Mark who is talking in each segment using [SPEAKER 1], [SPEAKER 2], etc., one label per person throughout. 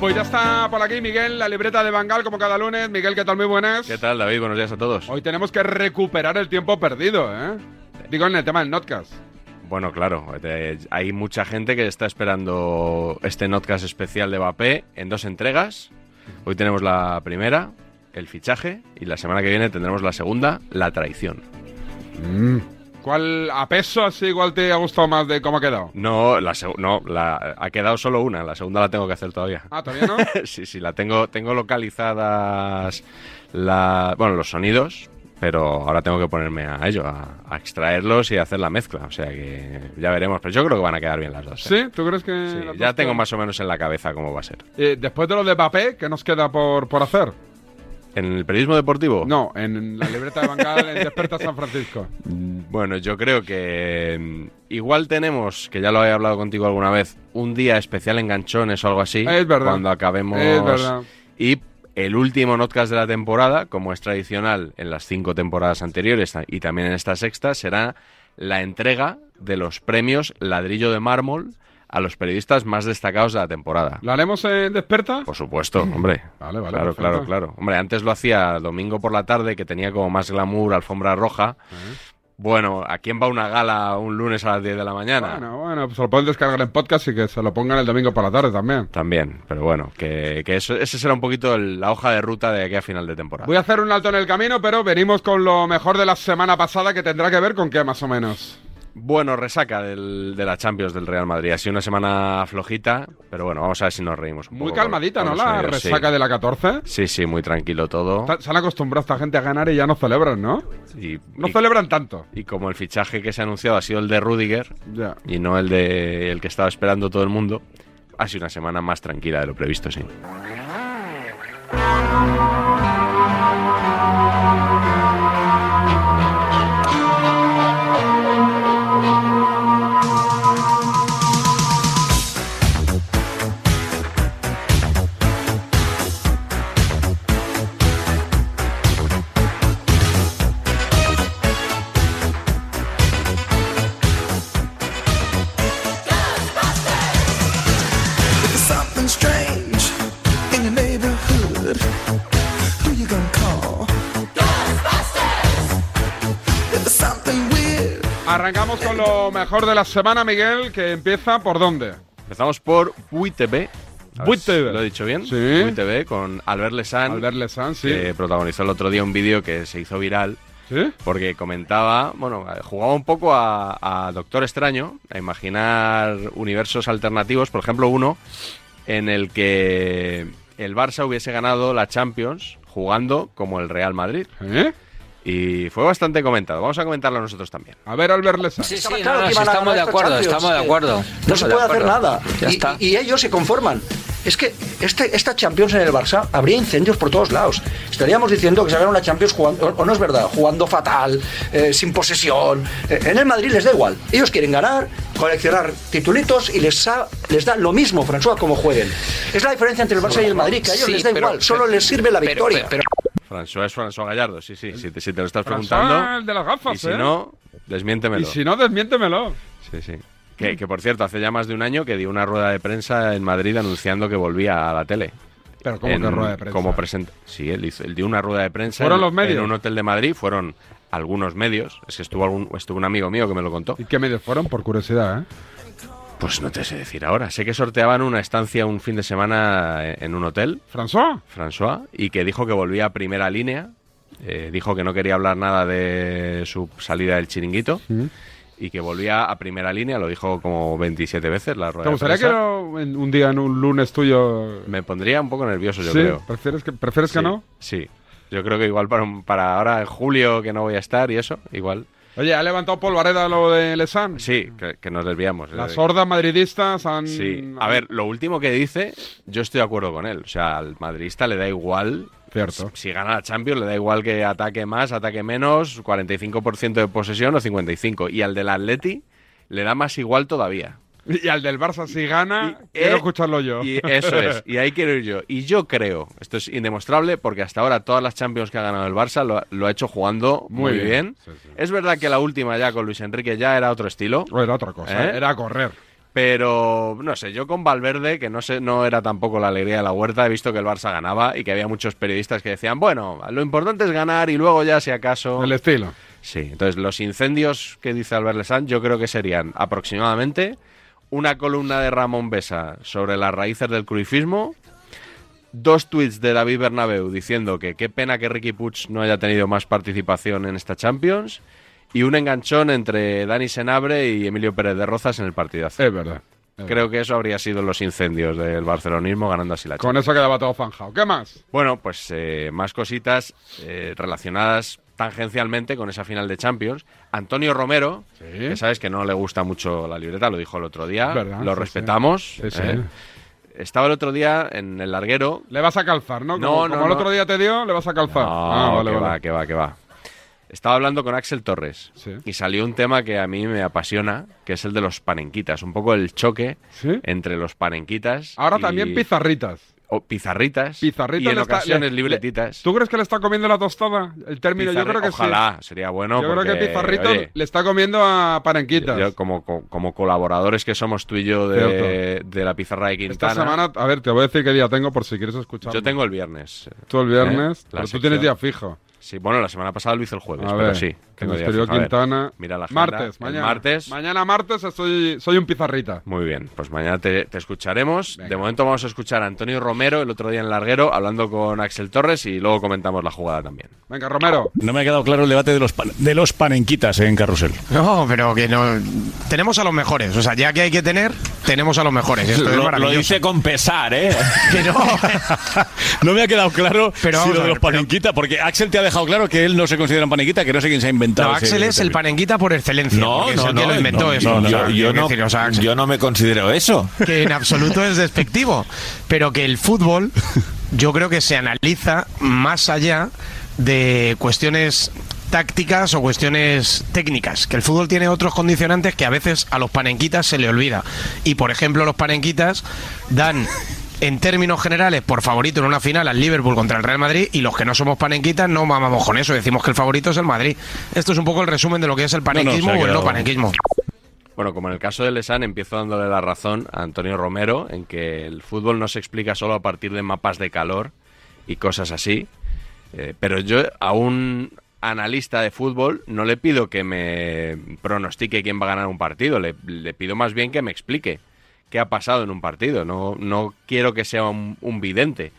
[SPEAKER 1] Pues ya está por aquí Miguel, la libreta de Bangal como cada lunes. Miguel, ¿qué tal? Muy buenas.
[SPEAKER 2] ¿Qué tal, David? Buenos días a todos.
[SPEAKER 1] Hoy tenemos que recuperar el tiempo perdido, ¿eh? Digo, en el tema del Notcast.
[SPEAKER 2] Bueno, claro, eh, hay mucha gente que está esperando este Notcast especial de Mbappé en dos entregas. Hoy tenemos la primera, el fichaje, y la semana que viene tendremos la segunda, la traición.
[SPEAKER 1] ¿Cuál a peso así igual te ha gustado más de cómo ha quedado?
[SPEAKER 2] No, la seg- no, la ha quedado solo una, la segunda la tengo que hacer todavía.
[SPEAKER 1] Ah, todavía no.
[SPEAKER 2] sí, sí, la tengo tengo localizadas la, bueno, los sonidos, pero ahora tengo que ponerme a ello, a, a extraerlos y a hacer la mezcla, o sea que ya veremos, pero yo creo que van a quedar bien las dos. ¿eh?
[SPEAKER 1] ¿Sí? ¿Tú crees que.?
[SPEAKER 2] Sí,
[SPEAKER 1] la
[SPEAKER 2] ya
[SPEAKER 1] tosca-
[SPEAKER 2] tengo más o menos en la cabeza cómo va a ser.
[SPEAKER 1] Eh, después de lo de Papé, ¿qué nos queda por, por hacer?
[SPEAKER 2] ¿En el periodismo deportivo?
[SPEAKER 1] No, en la libreta de Bangal en Desperta San Francisco.
[SPEAKER 2] Mm, Bueno, yo creo que mm, igual tenemos, que ya lo he hablado contigo alguna vez, un día especial enganchones o algo así.
[SPEAKER 1] Es verdad.
[SPEAKER 2] Cuando acabemos.
[SPEAKER 1] Es verdad.
[SPEAKER 2] Y el último notcast de la temporada, como es tradicional en las cinco temporadas anteriores ta- y también en esta sexta, será la entrega de los premios Ladrillo de Mármol a los periodistas más destacados de la temporada.
[SPEAKER 1] ¿Lo haremos en Desperta?
[SPEAKER 2] Por supuesto, hombre.
[SPEAKER 1] Vale, vale,
[SPEAKER 2] claro,
[SPEAKER 1] perfecto.
[SPEAKER 2] claro, claro. Hombre, antes lo hacía domingo por la tarde, que tenía como más glamour, alfombra roja. Bueno, ¿a quién va una gala un lunes a las 10 de la mañana?
[SPEAKER 1] Bueno, bueno, pues lo pueden descargar en podcast y que se lo pongan el domingo por la tarde también.
[SPEAKER 2] También, pero bueno, que, que eso, ese será un poquito el- la hoja de ruta de aquí a final de temporada.
[SPEAKER 1] Voy a hacer un alto en el camino, pero venimos con lo mejor de la semana pasada que tendrá que ver con qué más o menos.
[SPEAKER 2] Bueno, resaca del- de la Champions del Real Madrid. Ha sido una semana flojita, pero bueno, vamos a ver si nos reímos. un
[SPEAKER 1] Muy
[SPEAKER 2] poco con-
[SPEAKER 1] calmadita,
[SPEAKER 2] con
[SPEAKER 1] ¿no?
[SPEAKER 2] los
[SPEAKER 1] La
[SPEAKER 2] sonidos, sí.
[SPEAKER 1] resaca de la 14.
[SPEAKER 2] Sí, sí, muy tranquilo todo.
[SPEAKER 1] Ta- Se han acostumbrado esta gente a ganar y ya no celebran, ¿no?
[SPEAKER 2] Y,
[SPEAKER 1] No
[SPEAKER 2] y-
[SPEAKER 1] celebran tanto.
[SPEAKER 2] y como el fichaje que se ha anunciado ha sido el de Rudiger,
[SPEAKER 1] Ya.
[SPEAKER 2] y no el de el que estaba esperando todo el mundo. Ha sido una semana más tranquila de lo previsto, sí.
[SPEAKER 3] There's something strange in your neighborhood. Who you gonna call? Ghostbusters! There's something weird.
[SPEAKER 1] Arrancamos con lo mejor de la semana, Miguel, que empieza por dónde.
[SPEAKER 2] Empezamos por BuiTV. A ver
[SPEAKER 1] Buit
[SPEAKER 2] si
[SPEAKER 1] TV.
[SPEAKER 2] ¿Lo he dicho bien?
[SPEAKER 1] Sí.
[SPEAKER 2] BuiTV con Albert Lesan,
[SPEAKER 1] Albert Lesan, sí.
[SPEAKER 2] que protagonizó el otro día un vídeo que se hizo viral
[SPEAKER 1] ¿Sí?
[SPEAKER 2] porque comentaba, bueno, jugaba un poco a, a Doctor Extraño, a imaginar universos alternativos, por ejemplo, uno en el que el Barça hubiese ganado la Champions jugando como el Real Madrid.
[SPEAKER 1] ¿Eh?
[SPEAKER 2] Y fue bastante comentado. Vamos a comentarlo nosotros también.
[SPEAKER 1] A ver, Albert Lesan.
[SPEAKER 4] Sí, sí,
[SPEAKER 5] Estaba
[SPEAKER 4] no,
[SPEAKER 5] claro
[SPEAKER 4] no,
[SPEAKER 5] que
[SPEAKER 4] sí,
[SPEAKER 5] iban a
[SPEAKER 4] estamos
[SPEAKER 5] ganar
[SPEAKER 4] de
[SPEAKER 5] esta
[SPEAKER 4] acuerdo,
[SPEAKER 5] Champions,
[SPEAKER 4] estamos de
[SPEAKER 5] que
[SPEAKER 4] acuerdo.
[SPEAKER 5] No
[SPEAKER 4] estamos
[SPEAKER 5] se
[SPEAKER 4] de
[SPEAKER 5] puede hacer
[SPEAKER 4] acuerdo.
[SPEAKER 5] nada.
[SPEAKER 4] Ya
[SPEAKER 5] Y-
[SPEAKER 4] está.
[SPEAKER 5] Y, y ellos se conforman. Es que este, esta Champions en el Barça habría incendios por todos lados. Estaríamos diciendo que se ganaron la Champions jugando, o o no es verdad, jugando fatal, eh, sin posesión. Eh, en el Madrid les da igual. Ellos quieren ganar, coleccionar titulitos y les, sa- les da lo mismo, François, como jueguen. Es la diferencia entre el Barça y el Madrid, que a ellos
[SPEAKER 4] Sí,
[SPEAKER 5] les da
[SPEAKER 4] pero-
[SPEAKER 5] igual, solo les sirve la
[SPEAKER 4] pero-
[SPEAKER 5] victoria.
[SPEAKER 4] pero-
[SPEAKER 2] François es François Gallardo, sí, sí. Si te, si te lo estás
[SPEAKER 1] François,
[SPEAKER 2] preguntando.
[SPEAKER 1] el de las gafas,
[SPEAKER 2] y si
[SPEAKER 1] ¿eh?
[SPEAKER 2] no, desmiéntemelo.
[SPEAKER 1] Y si no, desmiéntemelo.
[SPEAKER 2] Sí, sí. Que, que, por cierto, hace ya más de un año que dio una rueda de prensa en Madrid anunciando que volvía a la tele.
[SPEAKER 1] Pero ¿cómo
[SPEAKER 2] En-
[SPEAKER 1] que rueda de prensa?
[SPEAKER 2] Como presenta. Sí, él, hizo- él dio una rueda de prensa
[SPEAKER 1] ¿Fueron
[SPEAKER 2] en,
[SPEAKER 1] los medios?
[SPEAKER 2] en un hotel de Madrid. Fueron algunos medios. Es que estuvo, algún, estuvo un amigo mío que me lo contó.
[SPEAKER 1] ¿Y qué medios fueron? Por curiosidad, ¿eh?
[SPEAKER 2] Pues no te sé decir ahora. Sé que sorteaban una estancia un fin de semana en- en un hotel
[SPEAKER 1] ¿François?
[SPEAKER 2] François, y que dijo que volvía a primera línea. eh, dijo que no quería hablar nada de su salida del chiringuito y que volvía a primera línea. Lo dijo como 27 veces la rueda.
[SPEAKER 1] ¿Te
[SPEAKER 2] de
[SPEAKER 1] gustaría que
[SPEAKER 2] prensa.
[SPEAKER 1] lo- en un día, en un lunes tuyo...
[SPEAKER 2] Me pondría un poco nervioso, yo
[SPEAKER 1] sí,
[SPEAKER 2] creo.
[SPEAKER 1] ¿prefieres que, prefieres que
[SPEAKER 2] Sí,
[SPEAKER 1] no?
[SPEAKER 2] Sí. Yo creo que igual para, un- para ahora en julio que no voy a estar y eso, igual.
[SPEAKER 1] Oye, ¿ha levantado polvareda lo de Lesan?
[SPEAKER 2] Sí, que, que nos desviamos.
[SPEAKER 1] Las
[SPEAKER 2] Eh,
[SPEAKER 1] hordas madridistas han...
[SPEAKER 2] Sí. A ver, lo último que dice, yo estoy de acuerdo con él. O sea, al madridista le da igual
[SPEAKER 1] Cierto.
[SPEAKER 2] Si gana la Champions, le da igual que ataque más, ataque menos, 45% de posesión o 55%. Y al del Atleti le da más igual todavía.
[SPEAKER 1] Y al del Barça, si gana,
[SPEAKER 2] Y-
[SPEAKER 1] quiero
[SPEAKER 2] eh,
[SPEAKER 1] escucharlo yo.
[SPEAKER 2] Y eso es, y ahí quiero ir yo. Y yo creo, esto es indemostrable porque hasta ahora todas las Champions que ha ganado el Barça lo, ha- lo ha hecho jugando
[SPEAKER 1] Muy
[SPEAKER 2] muy,
[SPEAKER 1] bien.
[SPEAKER 2] bien.
[SPEAKER 1] Sí, sí.
[SPEAKER 2] Es verdad que la última ya con Luis Enrique ya era otro estilo.
[SPEAKER 1] O era otra cosa,
[SPEAKER 2] ¿Eh?
[SPEAKER 1] ¿eh? era correr.
[SPEAKER 2] Pero no sé, yo con Valverde, que no sé, no era tampoco la alegría de la huerta, he visto que el Barça ganaba y que había muchos periodistas que decían, bueno, lo importante es ganar y luego ya si acaso.
[SPEAKER 1] El estilo.
[SPEAKER 2] Sí, entonces los incendios que dice Albert Lesant, yo creo que serían aproximadamente una columna de Ramón Besa sobre las raíces del cruifismo, dos tweets de David Bernabeu diciendo que qué pena que Ricky Puig no haya tenido más participación en esta Champions y un enganchón entre Dani Senabre y Emilio Pérez de Rozas en el partidazo.
[SPEAKER 1] Es verdad. es verdad.
[SPEAKER 2] Creo que eso habría sido los incendios del barcelonismo ganando así la Champions.
[SPEAKER 1] Con eso quedaba todo fanjao. ¿Qué más?
[SPEAKER 2] Bueno, pues eh, más cositas eh, relacionadas tangencialmente con esa final de Champions. Antonio Romero,
[SPEAKER 1] Sí.
[SPEAKER 2] que sabes que no le gusta mucho la libreta, lo dijo el otro día,
[SPEAKER 1] Es verdad,
[SPEAKER 2] lo
[SPEAKER 1] sí,
[SPEAKER 2] respetamos.
[SPEAKER 1] Sí, sí.
[SPEAKER 2] ¿eh? Estaba el otro día en el larguero.
[SPEAKER 1] Le vas a calzar, ¿no?
[SPEAKER 2] No,
[SPEAKER 1] Como,
[SPEAKER 2] no,
[SPEAKER 1] como el
[SPEAKER 2] no.
[SPEAKER 1] otro día te dio, le vas a calzar.
[SPEAKER 2] No,
[SPEAKER 1] ah, vale,
[SPEAKER 2] que
[SPEAKER 1] vale.
[SPEAKER 2] va, que va, que va. Estaba hablando con Axel Torres
[SPEAKER 1] Sí.
[SPEAKER 2] y salió un tema que a mí me apasiona, que es el de los panenquitas, un poco el choque
[SPEAKER 1] ¿Sí?
[SPEAKER 2] entre los panenquitas.
[SPEAKER 1] Ahora
[SPEAKER 2] y-
[SPEAKER 1] también pizarritas.
[SPEAKER 2] o pizarritas,
[SPEAKER 1] Pizarritas
[SPEAKER 2] y en
[SPEAKER 1] le está-
[SPEAKER 2] ocasiones
[SPEAKER 1] le-
[SPEAKER 2] libretitas.
[SPEAKER 1] ¿Tú crees que le está comiendo la tostada el término?
[SPEAKER 2] Pizarri-
[SPEAKER 1] yo creo que sí.
[SPEAKER 2] Ojalá, sería bueno.
[SPEAKER 1] yo creo que
[SPEAKER 2] porque,
[SPEAKER 1] Pizarritas
[SPEAKER 2] oye,
[SPEAKER 1] le está comiendo a Parenquitas.
[SPEAKER 2] yo como, co- como colaboradores que somos tú y yo de, de la pizarra de Quintana,
[SPEAKER 1] Esta semana, a ver, te voy a decir qué día tengo por si quieres escuchar.
[SPEAKER 2] yo tengo el viernes.
[SPEAKER 1] Tú el viernes,
[SPEAKER 2] ¿Eh? La
[SPEAKER 1] pero tú
[SPEAKER 2] sección.
[SPEAKER 1] tienes día fijo.
[SPEAKER 2] Sí, bueno, la semana pasada lo hice el jueves,
[SPEAKER 1] A
[SPEAKER 2] pero
[SPEAKER 1] ver,
[SPEAKER 2] sí.
[SPEAKER 1] que
[SPEAKER 2] tengo
[SPEAKER 1] nos
[SPEAKER 2] día
[SPEAKER 1] escribió
[SPEAKER 2] fijo. A ver,
[SPEAKER 1] Quintana.
[SPEAKER 2] mira la agenda,
[SPEAKER 1] martes,
[SPEAKER 2] el
[SPEAKER 1] mañana.
[SPEAKER 2] martes.
[SPEAKER 1] Mañana martes soy, soy un pizarrita.
[SPEAKER 2] Muy bien, pues mañana te, te escucharemos.
[SPEAKER 1] Venga.
[SPEAKER 2] De momento vamos a escuchar a Antonio Romero el otro día en Larguero hablando con Axel Torres y luego comentamos la jugada también.
[SPEAKER 1] Venga, Romero.
[SPEAKER 4] No me ha quedado claro el debate de los, pan- de los panenquitas en Carrusel.
[SPEAKER 6] No, pero que no. Tenemos a los mejores. O sea, ya que hay que tener, tenemos a los mejores. Esto es
[SPEAKER 7] Lo, lo
[SPEAKER 6] maravilloso.
[SPEAKER 7] dice con pesar, ¿eh?
[SPEAKER 6] Que no.
[SPEAKER 4] No me ha quedado claro
[SPEAKER 6] Pero
[SPEAKER 4] si
[SPEAKER 6] vamos
[SPEAKER 4] lo
[SPEAKER 6] a ver,
[SPEAKER 4] de los panenquitas, porque Axel te ha dejado claro que él no se considera un panenquita, que no sé quién se ha inventado.
[SPEAKER 6] No,
[SPEAKER 4] ese
[SPEAKER 6] Axel es el
[SPEAKER 4] término.
[SPEAKER 6] panenquita por excelencia.
[SPEAKER 7] eh, No,
[SPEAKER 6] porque es
[SPEAKER 7] no,
[SPEAKER 6] el que
[SPEAKER 7] no.
[SPEAKER 6] lo inventó
[SPEAKER 7] no,
[SPEAKER 6] esto.
[SPEAKER 7] no,
[SPEAKER 6] O sea,
[SPEAKER 7] yo, yo
[SPEAKER 6] quiero
[SPEAKER 7] no,
[SPEAKER 6] decir, o sea, Axel,
[SPEAKER 7] yo no me considero eso.
[SPEAKER 6] que en absoluto es despectivo. Pero que el fútbol, yo creo que se analiza más allá de cuestiones tácticas o cuestiones técnicas. Que el fútbol tiene otros condicionantes que a veces a los panenquitas se le olvida. Y por ejemplo, los panenquitas dan. En términos generales, por favorito en una final al Liverpool contra el Real Madrid y los que no somos panenquitas no mamamos con eso, decimos que el favorito es el Madrid. Esto es un poco el resumen de lo que es el
[SPEAKER 4] no, se ha
[SPEAKER 6] panenquismo o el no
[SPEAKER 4] quedado-
[SPEAKER 6] panenquismo.
[SPEAKER 2] Bueno, como en el caso de Lesan, empiezo dándole la razón a Antonio Romero en que el fútbol no se explica solo a partir de mapas de calor y cosas así. Eh, pero yo a un analista de fútbol no le pido que me pronostique quién va a ganar un partido, le, le pido más bien que me explique qué ha pasado en un partido. No, no quiero que sea un, un vidente.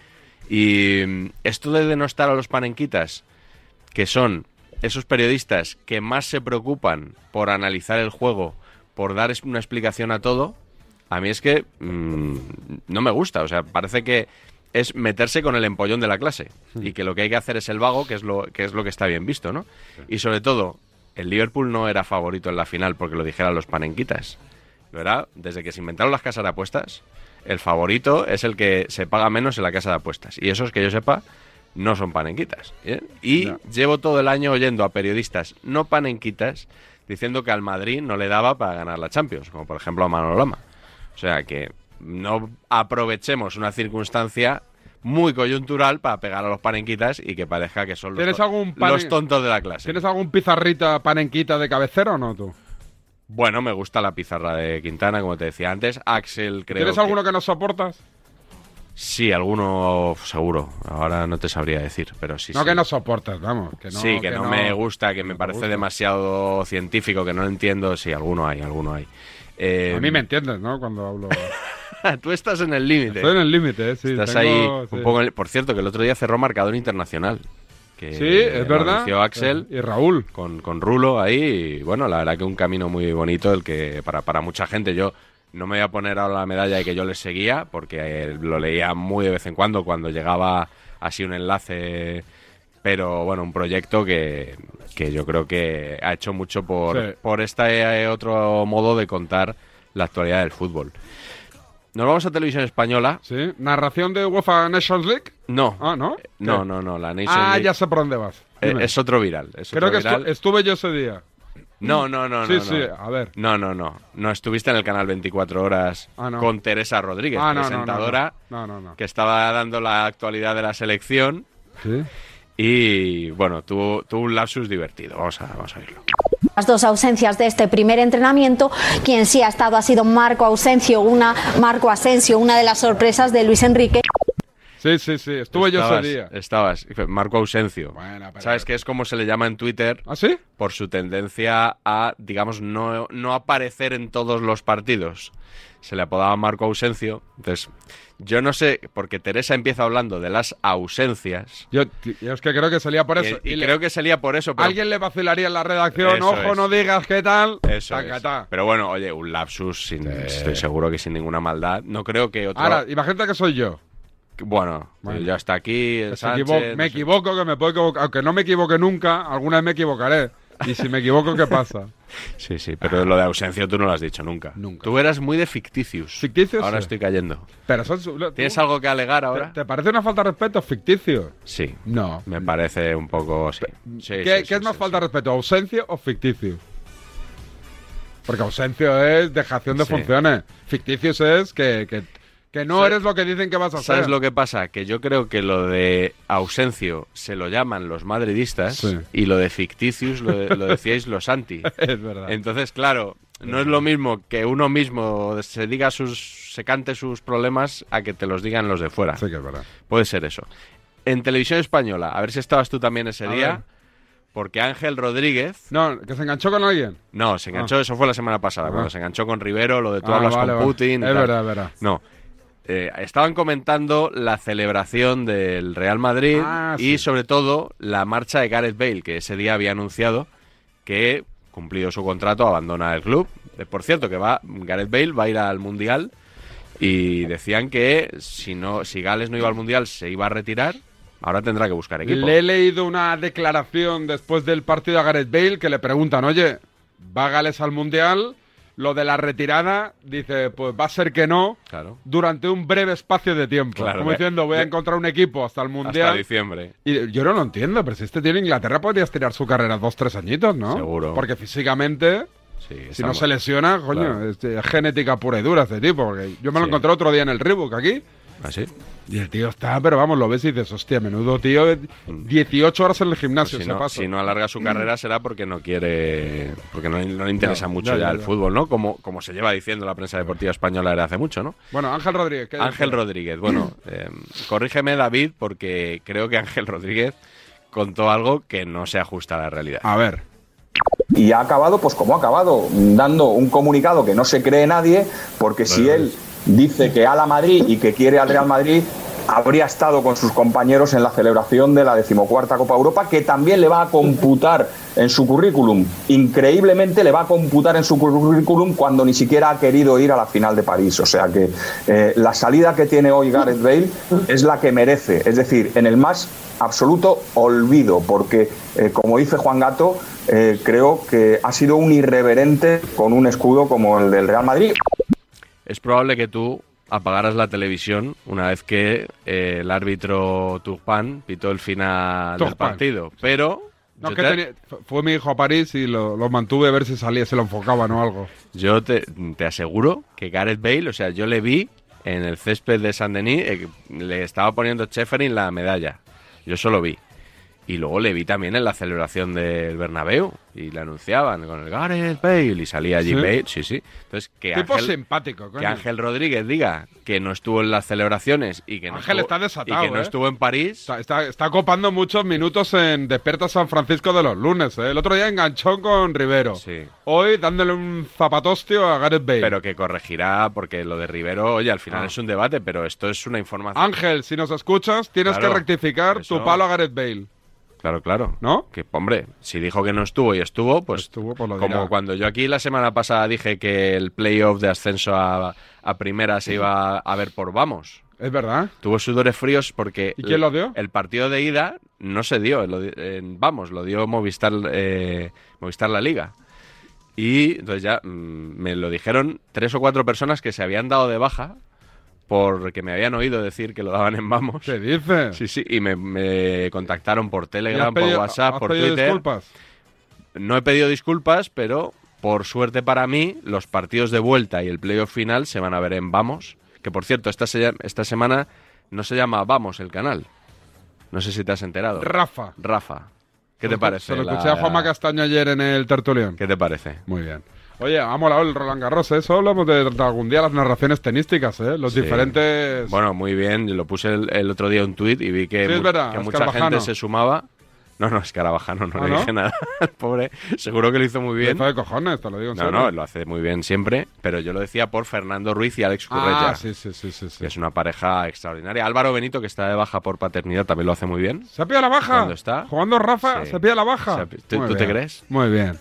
[SPEAKER 2] Y mm, esto de denostar a los panenquitas, que son esos periodistas que más se preocupan por analizar el juego, por dar es- una explicación a todo, a mí es que mm, no me gusta. O sea, parece que es meterse con el empollón de la clase y que lo que hay que hacer es el vago, que es lo que, es lo que está bien visto, ¿no? Y sobre todo, el Liverpool no era favorito en la final porque lo dijeran los panenquitas. Lo era desde que se inventaron las casas de apuestas. El favorito es el que se paga menos en la casa de apuestas. Y esos que yo sepa no son panenquitas. ¿eh? Y
[SPEAKER 1] Ya.
[SPEAKER 2] llevo todo el año oyendo a periodistas no panenquitas diciendo que al Madrid no le daba para ganar la Champions, como por ejemplo a Manolo Lama. O sea que no aprovechemos una circunstancia muy coyuntural para pegar a los panenquitas y que parezca que son los,
[SPEAKER 1] ¿Tienes
[SPEAKER 2] to-
[SPEAKER 1] algún pane-
[SPEAKER 2] los tontos de la clase.
[SPEAKER 1] ¿Tienes algún pizarrita panenquita de cabecera o no tú?
[SPEAKER 2] Bueno, me gusta la pizarra de Quintana, como te decía antes. Axel, creo.
[SPEAKER 1] ¿Tienes
[SPEAKER 2] que-
[SPEAKER 1] alguno que nos soportas?
[SPEAKER 2] Sí, alguno seguro. Ahora no te sabría decir, pero sí.
[SPEAKER 1] no
[SPEAKER 2] sí.
[SPEAKER 1] que nos soportas, vamos. Que no,
[SPEAKER 2] sí, que, no, me gusta, que
[SPEAKER 1] no
[SPEAKER 2] me
[SPEAKER 1] te
[SPEAKER 2] parece
[SPEAKER 1] gusta.
[SPEAKER 2] demasiado científico, que no lo entiendo. Sí, alguno hay, alguno hay. Eh,
[SPEAKER 1] A mí me entiendes, ¿no? Cuando hablo.
[SPEAKER 2] Tú estás en el límite.
[SPEAKER 1] Estoy en el límite, eh, sí.
[SPEAKER 2] Estás
[SPEAKER 1] tengo-
[SPEAKER 2] ahí
[SPEAKER 1] sí.
[SPEAKER 2] un poco en el- Por cierto, que el otro día cerró marcador internacional. Que
[SPEAKER 1] Sí, es
[SPEAKER 2] lo
[SPEAKER 1] verdad.
[SPEAKER 2] anunció Axel.
[SPEAKER 1] Y Raúl.
[SPEAKER 2] con, con Rulo ahí. Y bueno, la verdad que un camino muy bonito el que para, para mucha gente yo no me voy a poner ahora la medalla de que yo les seguía porque eh, lo leía muy de vez en cuando cuando llegaba así un enlace. Pero bueno, un proyecto que, que yo creo que ha hecho mucho por,
[SPEAKER 1] Sí.
[SPEAKER 2] por este eh, otro modo de contar la actualidad del fútbol. Nos vamos a televisión española.
[SPEAKER 1] Sí. Narración de UEFA Nations League.
[SPEAKER 2] No,
[SPEAKER 1] Ah, ¿no?
[SPEAKER 2] no,
[SPEAKER 1] ¿Qué?
[SPEAKER 2] no, no, la Nation
[SPEAKER 1] Ah,
[SPEAKER 2] League,
[SPEAKER 1] ya sé por dónde vas.
[SPEAKER 2] eh,
[SPEAKER 1] Dime.
[SPEAKER 2] es otro viral. es
[SPEAKER 1] Creo
[SPEAKER 2] otro
[SPEAKER 1] que estu-
[SPEAKER 2] viral.
[SPEAKER 1] estuve yo ese día.
[SPEAKER 2] No, no, no,
[SPEAKER 1] sí,
[SPEAKER 2] no,
[SPEAKER 1] sí,
[SPEAKER 2] no.
[SPEAKER 1] a ver.
[SPEAKER 2] No, no, no. No estuviste en el canal 24 horas
[SPEAKER 1] Ah, no.
[SPEAKER 2] con Teresa Rodríguez,
[SPEAKER 1] Ah, no, no, no,
[SPEAKER 2] presentadora,
[SPEAKER 1] No, no, no.
[SPEAKER 2] que estaba dando la actualidad de la selección.
[SPEAKER 1] Sí.
[SPEAKER 2] Y bueno, tuvo, tuvo un lapsus divertido. Vamos a, vamos a verlo.
[SPEAKER 8] Las dos ausencias de este primer entrenamiento, quien sí ha estado ha sido Marco Ausencio, una Marco Asensio, una de las sorpresas de Luis Enrique.
[SPEAKER 1] Sí, sí, sí. Estuve yo ese
[SPEAKER 2] estabas,
[SPEAKER 1] día.
[SPEAKER 2] Estabas, Marco Ausencio.
[SPEAKER 1] Bueno, pero-
[SPEAKER 2] ¿Sabes qué es como se le llama en Twitter?
[SPEAKER 1] ¿Ah, sí?
[SPEAKER 2] por su tendencia a, digamos, no, no aparecer en todos los partidos. Se le apodaba Marco Ausencio. Entonces, yo no sé, porque Teresa empieza hablando de las ausencias.
[SPEAKER 1] Yo, t- yo es que creo que salía por eso.
[SPEAKER 2] y, y
[SPEAKER 1] le-
[SPEAKER 2] creo que salía por eso. Pero,
[SPEAKER 1] Alguien le vacilaría en la redacción.
[SPEAKER 2] Eso
[SPEAKER 1] Ojo,
[SPEAKER 2] es.
[SPEAKER 1] no digas qué tal.
[SPEAKER 2] Eso
[SPEAKER 1] Taca,
[SPEAKER 2] es.
[SPEAKER 1] ta.
[SPEAKER 2] Pero bueno, oye, un lapsus, sin, estoy seguro que sin ninguna maldad. No creo que otro...
[SPEAKER 1] Ahora, imagínate que soy yo.
[SPEAKER 2] bueno,
[SPEAKER 1] Bueno.
[SPEAKER 2] ya está aquí, el
[SPEAKER 1] Que se
[SPEAKER 2] Sánchez,
[SPEAKER 1] equivo-
[SPEAKER 2] no
[SPEAKER 1] me
[SPEAKER 2] sé-
[SPEAKER 1] equivoco, que me puedo equivocar. Aunque no me equivoque nunca, alguna vez me equivocaré. Y si me equivoco, ¿qué pasa?
[SPEAKER 2] Sí, sí, pero lo de ausencio tú no lo has dicho nunca.
[SPEAKER 1] Nunca.
[SPEAKER 2] Tú eras muy de ficticios.
[SPEAKER 1] Ficticios,
[SPEAKER 2] Ahora
[SPEAKER 1] sí.
[SPEAKER 2] estoy cayendo.
[SPEAKER 1] Pero son su- lo-
[SPEAKER 2] ¿Tienes
[SPEAKER 1] tú-
[SPEAKER 2] algo que alegar ahora?
[SPEAKER 1] ¿Te, te parece una falta de respeto ficticio?
[SPEAKER 2] Sí.
[SPEAKER 1] No.
[SPEAKER 2] Me parece un poco. Sí. Sí,
[SPEAKER 1] ¿Qué,
[SPEAKER 2] sí,
[SPEAKER 1] qué
[SPEAKER 2] sí,
[SPEAKER 1] es más
[SPEAKER 2] sí,
[SPEAKER 1] falta
[SPEAKER 2] sí.
[SPEAKER 1] de respeto, ausencio o ficticio? Porque ausencio es dejación de
[SPEAKER 2] Sí.
[SPEAKER 1] funciones. Ficticios es que, que, que no
[SPEAKER 2] ¿Sabes-
[SPEAKER 1] eres lo que dicen que vas a hacer.
[SPEAKER 2] ¿Sabes lo que pasa? Que yo creo que lo de ausencio se lo llaman los madridistas
[SPEAKER 1] Sí.
[SPEAKER 2] y lo de ficticius lo, de- lo decíais los anti.
[SPEAKER 1] Es verdad.
[SPEAKER 2] Entonces, claro, no es lo mismo que uno mismo se diga sus. se cante sus problemas a que te los digan los de fuera.
[SPEAKER 1] Sí que es verdad.
[SPEAKER 2] Puede ser eso. En televisión española, a ver si estabas tú también ese
[SPEAKER 1] A
[SPEAKER 2] día,
[SPEAKER 1] ver.
[SPEAKER 2] porque Ángel Rodríguez
[SPEAKER 1] No, que se enganchó con alguien.
[SPEAKER 2] No, se enganchó, eso fue la semana pasada,
[SPEAKER 1] Ah.
[SPEAKER 2] cuando se enganchó con Rivero, lo de tú
[SPEAKER 1] Ah,
[SPEAKER 2] hablas
[SPEAKER 1] vale,
[SPEAKER 2] con
[SPEAKER 1] vale.
[SPEAKER 2] Putin. y
[SPEAKER 1] Es
[SPEAKER 2] tal.
[SPEAKER 1] verdad, es verdad.
[SPEAKER 2] No. Eh, estaban comentando la celebración del Real Madrid
[SPEAKER 1] Ah,
[SPEAKER 2] y
[SPEAKER 1] sí.
[SPEAKER 2] sobre todo la marcha de Gareth Bale, que ese día había anunciado que, cumplido su contrato, abandona el club. Eh, Por cierto, que va Gareth Bale va a ir al Mundial y decían que si, no, si Gales no iba al Mundial se iba a retirar. Ahora tendrá que buscar equipo.
[SPEAKER 1] Le he leído una declaración después del partido a Gareth Bale que le preguntan, oye, ¿va Gales al Mundial? Lo de la retirada, dice, pues va a ser que no,
[SPEAKER 2] Claro.
[SPEAKER 1] durante un breve espacio de tiempo.
[SPEAKER 2] Claro,
[SPEAKER 1] Como
[SPEAKER 2] eh.
[SPEAKER 1] diciendo, voy a
[SPEAKER 2] Yo-
[SPEAKER 1] encontrar un equipo hasta el Mundial.
[SPEAKER 2] Hasta diciembre.
[SPEAKER 1] Y yo no lo entiendo, pero si este tío en Inglaterra podría estirar su carrera dos, tres añitos, ¿no?
[SPEAKER 2] Seguro.
[SPEAKER 1] Porque físicamente,
[SPEAKER 2] Sí,
[SPEAKER 1] si no
[SPEAKER 2] estamos-
[SPEAKER 1] se lesiona, coño,
[SPEAKER 2] Claro.
[SPEAKER 1] este, es genética pura y dura este tipo. porque yo me lo
[SPEAKER 2] Sí.
[SPEAKER 1] encontré otro día en el Reebok aquí.
[SPEAKER 2] ¿Ah, sí?
[SPEAKER 1] Y el tío está, pero vamos, lo ves y dices, hostia, menudo tío, 18 horas en el
[SPEAKER 2] Mm. Pues
[SPEAKER 1] gimnasio
[SPEAKER 2] si,
[SPEAKER 1] se
[SPEAKER 2] no,
[SPEAKER 1] pasa.
[SPEAKER 2] si no alarga su carrera será porque no quiere, porque no, no le interesa
[SPEAKER 1] Ya,
[SPEAKER 2] mucho
[SPEAKER 1] ya,
[SPEAKER 2] ya,
[SPEAKER 1] ya,
[SPEAKER 2] el
[SPEAKER 1] ya.
[SPEAKER 2] fútbol, ¿no? Como, como se lleva diciendo la prensa deportiva española desde hace mucho, ¿no?
[SPEAKER 1] Bueno, Ángel Rodríguez. ¿qué
[SPEAKER 2] Ángel
[SPEAKER 1] dice?
[SPEAKER 2] Rodríguez, bueno, eh, corrígeme David porque creo que Ángel Rodríguez contó algo que no se ajusta a la realidad.
[SPEAKER 1] A ver.
[SPEAKER 9] Y ha acabado, pues como ha acabado, dando un comunicado que no se cree nadie, porque si él dice que a la Madrid y que quiere al Real Madrid, habría estado con sus compañeros en la celebración de la decimocuarta Copa Europa, que también le va a computar en su currículum. Increíblemente le va a computar en su currículum cuando ni siquiera ha querido ir a la final de París. O sea que eh, la salida que tiene hoy Gareth Bale es la que merece. Es decir, en el más absoluto olvido, porque eh, como dice Juan Gato, eh, creo que ha sido un irreverente con un escudo como el del Real Madrid.
[SPEAKER 2] Es probable que tú apagaras la televisión una vez que eh, el árbitro Tugpan pitó el final del
[SPEAKER 1] Tugpan.
[SPEAKER 2] partido, pero...
[SPEAKER 1] No,
[SPEAKER 2] yo
[SPEAKER 1] que
[SPEAKER 2] te-
[SPEAKER 1] tenía- fu- fue mi hijo a París y lo, lo mantuve a ver si salía, se lo enfocaban o algo.
[SPEAKER 2] Yo te, te aseguro que Gareth Bale, o sea, yo le vi en el césped de San Denis, eh, le estaba poniendo Cheferin la medalla. Yo solo vi. Y luego le vi también en la celebración del Bernabéu y le anunciaban con el Gareth Bale y salía allí
[SPEAKER 1] ¿Sí?
[SPEAKER 2] Bale, sí, sí. Entonces, que
[SPEAKER 1] tipo
[SPEAKER 2] Eh, Ángel,
[SPEAKER 1] simpático,
[SPEAKER 2] que
[SPEAKER 1] coño.
[SPEAKER 2] Ángel Rodríguez diga que no estuvo en las celebraciones y que no,
[SPEAKER 1] Ángel
[SPEAKER 2] estuvo,
[SPEAKER 1] está desatado,
[SPEAKER 2] y que no
[SPEAKER 1] ¿eh?
[SPEAKER 2] estuvo en París,
[SPEAKER 1] Está, está- está copando muchos minutos en Despierta San Francisco de los lunes. ¿eh? El otro día enganchó con Rivero.
[SPEAKER 2] Sí.
[SPEAKER 1] Hoy dándole un zapatostio a Gareth Bale.
[SPEAKER 2] pero que corregirá porque lo de Rivero, oye, al final
[SPEAKER 1] Ah.
[SPEAKER 2] es un debate, pero esto es una información.
[SPEAKER 1] Ángel, si nos escuchas, tienes
[SPEAKER 2] Claro,
[SPEAKER 1] que rectificar
[SPEAKER 2] eso.
[SPEAKER 1] tu palo a Gareth Bale.
[SPEAKER 2] Claro, claro.
[SPEAKER 1] ¿No?
[SPEAKER 2] Que, hombre, si dijo que no estuvo y estuvo, pues.
[SPEAKER 1] Estuvo, pues lo
[SPEAKER 2] como
[SPEAKER 1] dirá.
[SPEAKER 2] cuando yo aquí la semana pasada dije que el playoff de ascenso a, a primera se iba a ver por vamos.
[SPEAKER 1] Es verdad.
[SPEAKER 2] Tuvo sudores fríos porque.
[SPEAKER 1] ¿Y quién lo dio?
[SPEAKER 2] El partido de ida no se dio. lo di- en vamos, lo dio Movistar, eh, Movistar La Liga. Y entonces ya mm, me lo dijeron tres o cuatro personas que se habían dado de baja porque me habían oído decir que lo daban en vamos.
[SPEAKER 1] ¿Qué dice?
[SPEAKER 2] Sí, sí, y me, me contactaron por
[SPEAKER 1] ¿Y
[SPEAKER 2] Telegram,
[SPEAKER 1] has pedido-
[SPEAKER 2] por WhatsApp,
[SPEAKER 1] has
[SPEAKER 2] por
[SPEAKER 1] pedido
[SPEAKER 2] Twitter.
[SPEAKER 1] disculpas?
[SPEAKER 2] No he pedido disculpas, pero por suerte para mí, los partidos de vuelta y el playoff final se van a ver en Vamos. Que por cierto, esta, se- esta semana no se llama Vamos el canal. No sé si te has enterado.
[SPEAKER 1] Rafa.
[SPEAKER 2] Rafa. ¿Qué te parece?
[SPEAKER 1] Se lo
[SPEAKER 2] la-
[SPEAKER 1] escuché a Juanma Castaño ayer en el tertulión.
[SPEAKER 2] ¿Qué te parece?
[SPEAKER 1] Muy bien. Oye, ha molado el Roland Garros, ¿eh? Eso hablamos de, de algún día las narraciones tenísticas, ¿eh? Los
[SPEAKER 2] Sí.
[SPEAKER 1] diferentes...
[SPEAKER 2] Bueno, muy bien. Lo puse el, el otro día en un tuit y vi que,
[SPEAKER 1] Sí, es
[SPEAKER 2] mu-
[SPEAKER 1] verdad,
[SPEAKER 2] que
[SPEAKER 1] es
[SPEAKER 2] mucha
[SPEAKER 1] Carvajano.
[SPEAKER 2] gente se sumaba. No, no, es Carabajano, no
[SPEAKER 1] ¿Ah,
[SPEAKER 2] le
[SPEAKER 1] no?
[SPEAKER 2] dije nada. Pobre, seguro que lo hizo muy
[SPEAKER 1] Está
[SPEAKER 2] bien.
[SPEAKER 1] de cojones, te lo digo en
[SPEAKER 2] No,
[SPEAKER 1] serio.
[SPEAKER 2] no, lo hace muy bien siempre, pero yo lo decía por Fernando Ruiz y Alex Currella,
[SPEAKER 1] Ah, sí, sí, sí, sí. sí.
[SPEAKER 2] que es una pareja extraordinaria. Álvaro Benito, que está de baja por paternidad, también lo hace muy bien.
[SPEAKER 1] ¿Se pilla la baja?
[SPEAKER 2] ¿Cuándo está?
[SPEAKER 1] Jugando Rafa,
[SPEAKER 2] Sí.
[SPEAKER 1] se pilla la baja.
[SPEAKER 2] Se pilla- ¿Tú-
[SPEAKER 1] Muy
[SPEAKER 2] tú te
[SPEAKER 1] bien.
[SPEAKER 2] crees?
[SPEAKER 1] Muy bien.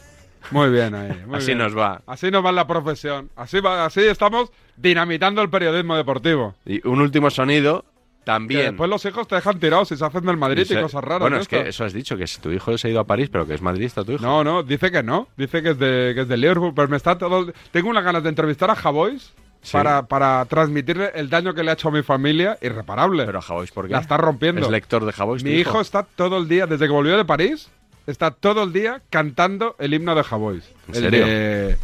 [SPEAKER 1] Muy bien ahí. muy
[SPEAKER 2] Así
[SPEAKER 1] bien.
[SPEAKER 2] nos va.
[SPEAKER 1] Así nos va la profesión. Así, va, así estamos dinamitando el periodismo deportivo.
[SPEAKER 2] Y un último sonido,
[SPEAKER 1] Que
[SPEAKER 2] también.
[SPEAKER 1] después los hijos te dejan tirados y se hacen del Madrid y,
[SPEAKER 2] Dice-
[SPEAKER 1] cosas raras.
[SPEAKER 2] Bueno,
[SPEAKER 1] de
[SPEAKER 2] es que
[SPEAKER 1] estas.
[SPEAKER 2] eso has dicho, que si tu hijo se ha ido a París, pero que es madridista tu hijo.
[SPEAKER 1] No, no, dice que no. Dice que es de, que es de Liverpool. Pero me está todo. Tengo unas ganas de entrevistar a Javois
[SPEAKER 2] Sí.
[SPEAKER 1] para, para transmitirle el daño que le ha hecho a mi familia, irreparable.
[SPEAKER 2] Pero a Javois, ¿por qué?
[SPEAKER 1] La está rompiendo.
[SPEAKER 2] Es lector de Javois.
[SPEAKER 1] mi
[SPEAKER 2] tu
[SPEAKER 1] hijo está todo el día, desde que volvió de París, está todo el día cantando el himno de Javois.
[SPEAKER 2] ¿En
[SPEAKER 1] el
[SPEAKER 2] serio?
[SPEAKER 1] de-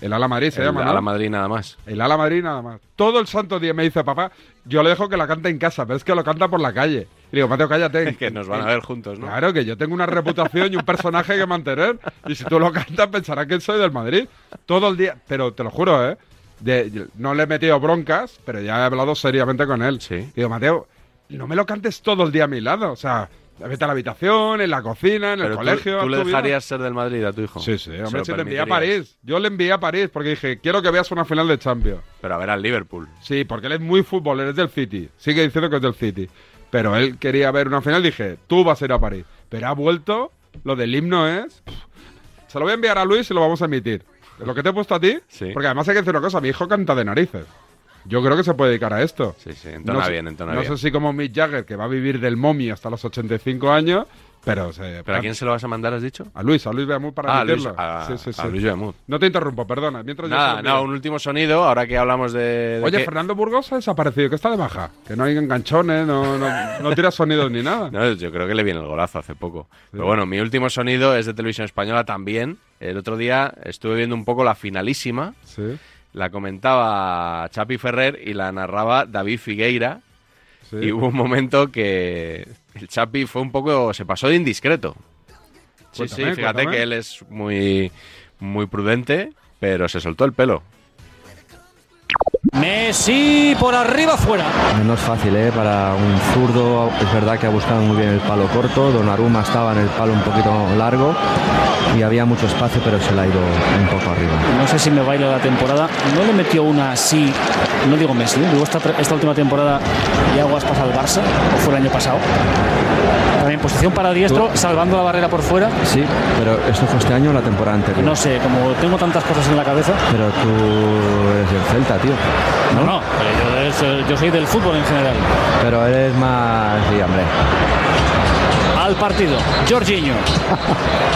[SPEAKER 1] el Ala Madrid se
[SPEAKER 2] El-
[SPEAKER 1] llama,
[SPEAKER 2] a
[SPEAKER 1] ¿no?
[SPEAKER 2] la Madrid nada más.
[SPEAKER 1] El Ala Madrid nada más. Todo el santo día me dice, papá, yo le dejo que la cante en casa, pero es que lo canta por la calle. Y digo, Mateo, cállate. Eh,
[SPEAKER 2] que nos van a ver juntos, ¿no?
[SPEAKER 1] Claro, que yo tengo una reputación y un personaje que mantener. Y si tú lo cantas, pensará que soy del Madrid. Todo el día. Pero te lo juro, ¿eh? De- no le he metido broncas, pero ya he hablado seriamente con él.
[SPEAKER 2] Sí.
[SPEAKER 1] Y digo, Mateo, no me lo cantes todo el día a mi lado. O sea, vete a la habitación, en la cocina, en
[SPEAKER 2] Pero
[SPEAKER 1] el
[SPEAKER 2] tú-
[SPEAKER 1] colegio.
[SPEAKER 2] ¿Tú,
[SPEAKER 1] haz
[SPEAKER 2] le
[SPEAKER 1] tu vida".
[SPEAKER 2] dejarías ser del Madrid a tu hijo?
[SPEAKER 1] Sí, sí,
[SPEAKER 2] ¿Se
[SPEAKER 1] hombre,
[SPEAKER 2] lo
[SPEAKER 1] si le envié a
[SPEAKER 2] permitirías?
[SPEAKER 1] París. Yo le envié a París porque dije, quiero que veas una final de Champions.
[SPEAKER 2] Pero a ver al Liverpool.
[SPEAKER 1] Sí, porque él es muy futbolero, es del City. Sigue diciendo que es del City. Pero él quería ver una final, dije, tú vas a ir a París. Pero ha vuelto, lo del himno es... pff, Se lo voy a enviar a Luis y lo vamos a emitir. Lo que te he puesto a ti,
[SPEAKER 2] Sí.
[SPEAKER 1] porque además hay que decir una cosa, mi hijo canta de narices. Yo creo que se puede dedicar a esto.
[SPEAKER 2] Sí, sí, entona
[SPEAKER 1] sé-
[SPEAKER 2] bien, entona
[SPEAKER 1] no
[SPEAKER 2] bien.
[SPEAKER 1] sé si como Mick Jagger, que va a vivir del momio hasta los 85 años, pero... se-
[SPEAKER 2] ¿Pero a quién se lo vas a mandar, has dicho?
[SPEAKER 1] A Luis, a Luis Beamut para
[SPEAKER 2] Ah, a Luis-
[SPEAKER 1] emitirlo.
[SPEAKER 2] a-
[SPEAKER 1] Sí, sí,
[SPEAKER 2] a
[SPEAKER 1] sí.
[SPEAKER 2] Luis Beamut.
[SPEAKER 1] No te interrumpo, perdona. Mientras yo se
[SPEAKER 2] Nada,
[SPEAKER 1] lo envío.
[SPEAKER 2] nada, un último sonido, ahora que hablamos de... de
[SPEAKER 1] Oye,
[SPEAKER 2] que-
[SPEAKER 1] Fernando Burgos ha desaparecido, que está de baja. Que no hay enganchones, no, no, no tira sonidos ni nada.
[SPEAKER 2] No, yo creo que le viene el golazo hace poco. Pero bueno, mi último sonido es de televisión española también. El otro día estuve viendo un poco la finalísima.
[SPEAKER 1] Sí,
[SPEAKER 2] La comentaba Chapi Ferrer y la narraba David Figueira.
[SPEAKER 1] sí.
[SPEAKER 2] Y hubo un momento que el Chapi fue un poco. se pasó de indiscreto. Sí, sí,
[SPEAKER 1] Cuéntame,
[SPEAKER 2] fíjate
[SPEAKER 1] cuéntame.
[SPEAKER 2] que él es muy, muy prudente, pero se soltó el pelo.
[SPEAKER 10] Messi por arriba fuera. No es fácil, ¿eh? Para un zurdo es verdad que ha buscado muy bien el palo corto. Donnarumma estaba en el palo un poquito largo y había mucho espacio, pero se la ha ido un poco arriba. No sé si me baila la temporada. No le metió una así, no digo Messi, digo esta, esta última temporada y aguas pasa al Barça, o fue el año pasado. También posición para diestro, salvando la barrera por fuera. Sí, pero ¿esto fue este año o la temporada anterior? No sé, como tengo tantas cosas en la cabeza. Pero tú eres del Celta, tío. No, no, yo, soy del fútbol en general. Pero eres más. Sí, hombre. Al partido, Jorginho.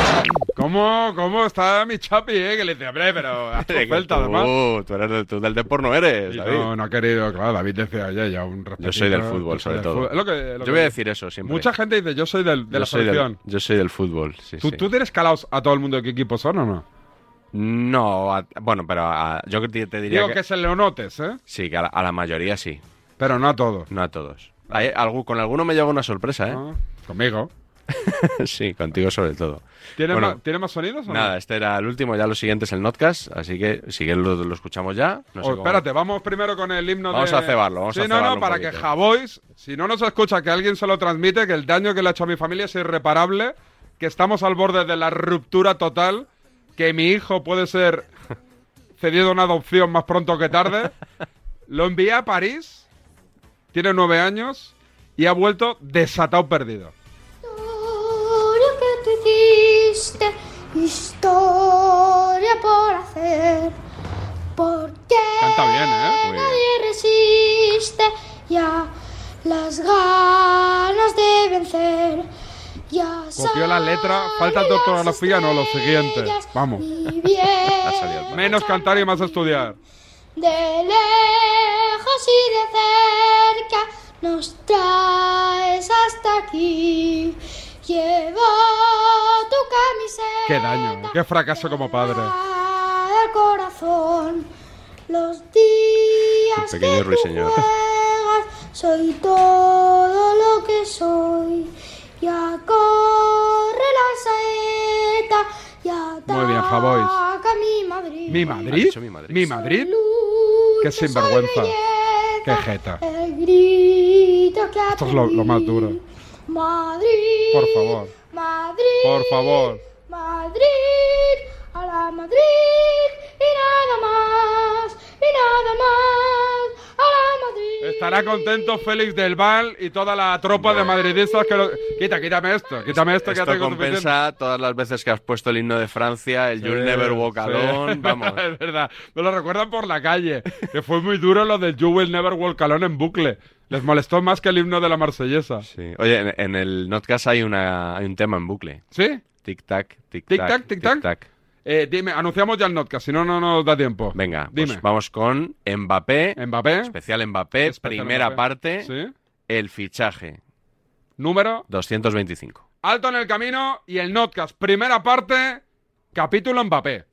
[SPEAKER 1] ¿Cómo, ¿Cómo está mi chapi, eh? Que le dice, hombre, pero haz tu falta, además.
[SPEAKER 2] Uh, tú eres del, tú del deporte no eres,
[SPEAKER 1] Y
[SPEAKER 2] David.
[SPEAKER 1] No, no ha querido, claro, David decía, oye, ya un respeto.
[SPEAKER 2] Yo soy del fútbol,
[SPEAKER 1] pues,
[SPEAKER 2] sobre todo. yo voy a decir eso siempre.
[SPEAKER 1] Mucha gente dice, yo soy del, de
[SPEAKER 2] Yo
[SPEAKER 1] la
[SPEAKER 2] soy del-
[SPEAKER 1] selección.
[SPEAKER 2] yo soy del fútbol, sí,
[SPEAKER 1] ¿Tú,
[SPEAKER 2] sí.
[SPEAKER 1] ¿Tú tienes calaos a todo el mundo de qué equipo son o no?
[SPEAKER 2] No, a- bueno, pero a- yo te, te diría
[SPEAKER 1] Digo
[SPEAKER 2] que,
[SPEAKER 1] que se lo notes, ¿eh?
[SPEAKER 2] sí, que a la, a la mayoría sí,
[SPEAKER 1] Pero no a todos.
[SPEAKER 2] no a todos. Hay algú- con alguno me llevo una sorpresa, ¿eh?
[SPEAKER 1] ¿no? Conmigo.
[SPEAKER 2] sí, contigo sobre todo.
[SPEAKER 1] ¿Tienes,
[SPEAKER 2] Bueno,
[SPEAKER 1] más, ¿Tienes más sonidos o no?
[SPEAKER 2] Nada, este era el último, ya lo siguiente es el Notcast, así que si quieres lo, lo escuchamos ya. No sé
[SPEAKER 1] O,
[SPEAKER 2] cómo-
[SPEAKER 1] Oh, espérate, vamos primero con el himno
[SPEAKER 2] Vamos
[SPEAKER 1] de...
[SPEAKER 2] a cebarlo, vamos
[SPEAKER 1] sí,
[SPEAKER 2] a cebarlo
[SPEAKER 1] no,
[SPEAKER 2] un
[SPEAKER 1] no, para
[SPEAKER 2] poquito.
[SPEAKER 1] que Javois, si no nos escucha, que alguien se lo transmite, que el daño que le ha hecho a mi familia es irreparable, que estamos al borde de la ruptura total, que mi hijo puede ser cedido a una adopción más pronto que tarde. Lo envié a París, tiene nueve años y ha vuelto desatado perdido.
[SPEAKER 11] Historia que tú hiciste, historia por hacer, porque
[SPEAKER 1] Canta bien, ¿eh? Muy bien.
[SPEAKER 11] nadie resiste ya las ganas de vencer. Ya
[SPEAKER 1] Copió la letra, falta
[SPEAKER 11] salen las
[SPEAKER 1] ortografía, no, lo
[SPEAKER 11] estrellas
[SPEAKER 1] siguiente. Vamos.
[SPEAKER 11] y bien.
[SPEAKER 2] Ha salido el palo.
[SPEAKER 1] Menos cantar y más estudiar.
[SPEAKER 11] De lejos y de cerca nos traes hasta aquí. Llevo tu camiseta.
[SPEAKER 1] Qué daño, ¿eh? qué fracaso como padre.
[SPEAKER 11] Al corazón. Los días
[SPEAKER 2] Un pequeño
[SPEAKER 11] que tú
[SPEAKER 2] ruiseñor.
[SPEAKER 11] juegas, soy todo lo que soy. Ya corre la saeta y ataca
[SPEAKER 1] Muy bien, Javois.
[SPEAKER 11] mi Madrid.
[SPEAKER 1] Mi Madrid. Mi Madrid. Qué sinvergüenza. Qué jeta.
[SPEAKER 11] El grito que
[SPEAKER 1] Esto es lo, lo más duro.
[SPEAKER 11] aprendí. Madrid,
[SPEAKER 1] Por favor.
[SPEAKER 11] Madrid,
[SPEAKER 1] Por favor.
[SPEAKER 11] Madrid, a la Madrid y nada más, y nada más, a la Madrid.
[SPEAKER 1] Estará contento Félix del Val y toda la tropa de madridistas que lo... Quita, quítame esto, quítame esto, que ya
[SPEAKER 2] Esto
[SPEAKER 1] tengo suficiente.
[SPEAKER 2] compensa todas las veces que has puesto el himno de Francia, el You'll
[SPEAKER 1] Sí,
[SPEAKER 2] Never Walk
[SPEAKER 1] sí.
[SPEAKER 2] Alone, vamos.
[SPEAKER 1] es verdad. Me lo recuerdan por la calle. Que fue muy duro lo del You Will Never Walk Alone en bucle. Les molestó más que el himno de la marsellesa.
[SPEAKER 2] Sí. Oye, en, en el Notcast hay, una, hay un tema en bucle.
[SPEAKER 1] ¿Sí?
[SPEAKER 2] Tic-tac, tic-tac,
[SPEAKER 1] Tic-tac, tic-tac.
[SPEAKER 2] tic-tac.
[SPEAKER 1] Eh, dime, anunciamos ya el notcast, si no, no nos da tiempo.
[SPEAKER 2] Venga, pues
[SPEAKER 1] Dime.
[SPEAKER 2] vamos con Mbappé.
[SPEAKER 1] Mbappé.
[SPEAKER 2] Especial Mbappé, primera
[SPEAKER 1] Mbappé.
[SPEAKER 2] parte.
[SPEAKER 1] Sí.
[SPEAKER 2] El fichaje.
[SPEAKER 1] Número
[SPEAKER 2] 225.
[SPEAKER 1] Alto en el camino y el notcast. Primera parte, capítulo Mbappé.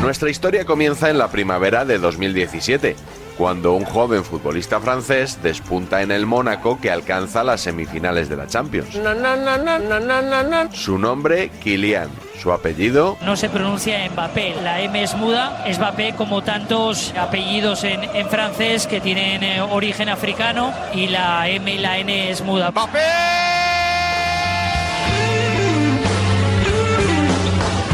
[SPEAKER 2] Nuestra historia comienza en la primavera de 2017, cuando un joven futbolista francés despunta en el Mónaco que alcanza las semifinales de la Champions.
[SPEAKER 12] Na, na, na, na, na, na, na, na.
[SPEAKER 2] Su nombre, Kylian. Su apellido,
[SPEAKER 12] No se pronuncia Mbappé, la M es muda, es Mbappé como tantos apellidos en, en francés que tienen eh, origen africano y la M y la N es muda.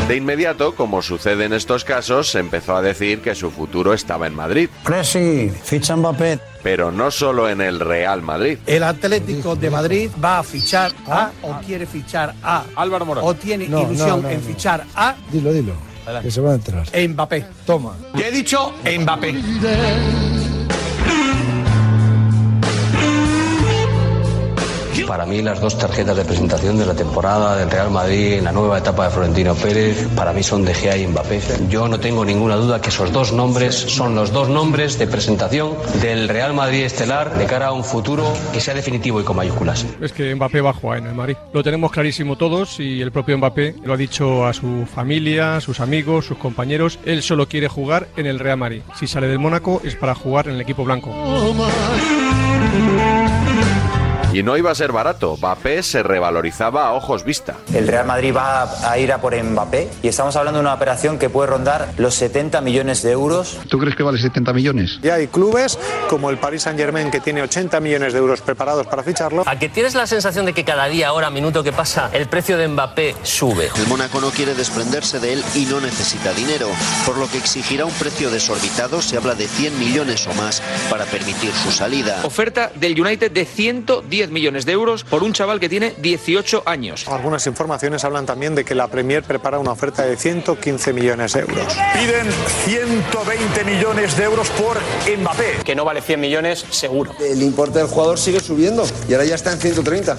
[SPEAKER 2] de inmediato, como sucede en estos casos, se empezó a decir que su futuro estaba en Madrid.
[SPEAKER 13] Cresci, ficha Mbappé.
[SPEAKER 2] Pero no solo en el Real Madrid.
[SPEAKER 13] El Atlético de Madrid va a fichar a o quiere fichar a
[SPEAKER 1] Álvaro Morales.
[SPEAKER 13] o tiene
[SPEAKER 6] Ah. No, no,
[SPEAKER 13] ilusión
[SPEAKER 6] no,
[SPEAKER 13] en
[SPEAKER 6] no.
[SPEAKER 13] fichar a
[SPEAKER 6] Dilo, dilo. Que se va a entrar.
[SPEAKER 13] Mbappé. Toma. He dicho Mbappé.
[SPEAKER 5] Para mí las dos tarjetas de presentación de la temporada del Real Madrid en la nueva etapa de Florentino Pérez, para mí son De Gea y Mbappé. Yo no tengo ninguna duda que esos dos nombres son los dos nombres de presentación del Real Madrid estelar de cara a un futuro que sea definitivo y con mayúsculas.
[SPEAKER 14] Es que Mbappé va a jugar en el Madrid. Lo tenemos clarísimo todos y el propio Mbappé lo ha dicho a su familia, a sus amigos, sus compañeros. Él solo quiere jugar en el Real Madrid. Si sale del Mónaco es para jugar en el equipo blanco.
[SPEAKER 2] Y no iba a ser barato, Mbappé se revalorizaba a ojos vista.
[SPEAKER 15] El Real Madrid va a ir a por Mbappé y estamos hablando de una operación que puede rondar los 70 millones de euros.
[SPEAKER 16] ¿Tú crees que vale 70 millones?
[SPEAKER 15] Ya hay clubes como el Paris Saint-Germain que tiene 80 millones de euros preparados para ficharlo.
[SPEAKER 17] ¿A que tienes la sensación de que cada día, hora, minuto que pasa, el precio de Mbappé sube?
[SPEAKER 18] El Mónaco no quiere desprenderse de él y no necesita dinero, por lo que exigirá un precio desorbitado, se habla de 100 millones o más, para permitir su salida.
[SPEAKER 19] Oferta del United de 110 millones de euros por un chaval que tiene 18 años.
[SPEAKER 15] Algunas informaciones hablan también de que la Premier prepara una oferta de 115 millones de euros.
[SPEAKER 4] Piden 120 millones de euros por Mbappé.
[SPEAKER 15] Que no vale 100 millones seguro.
[SPEAKER 20] El importe del jugador sigue subiendo y ahora ya está en 130.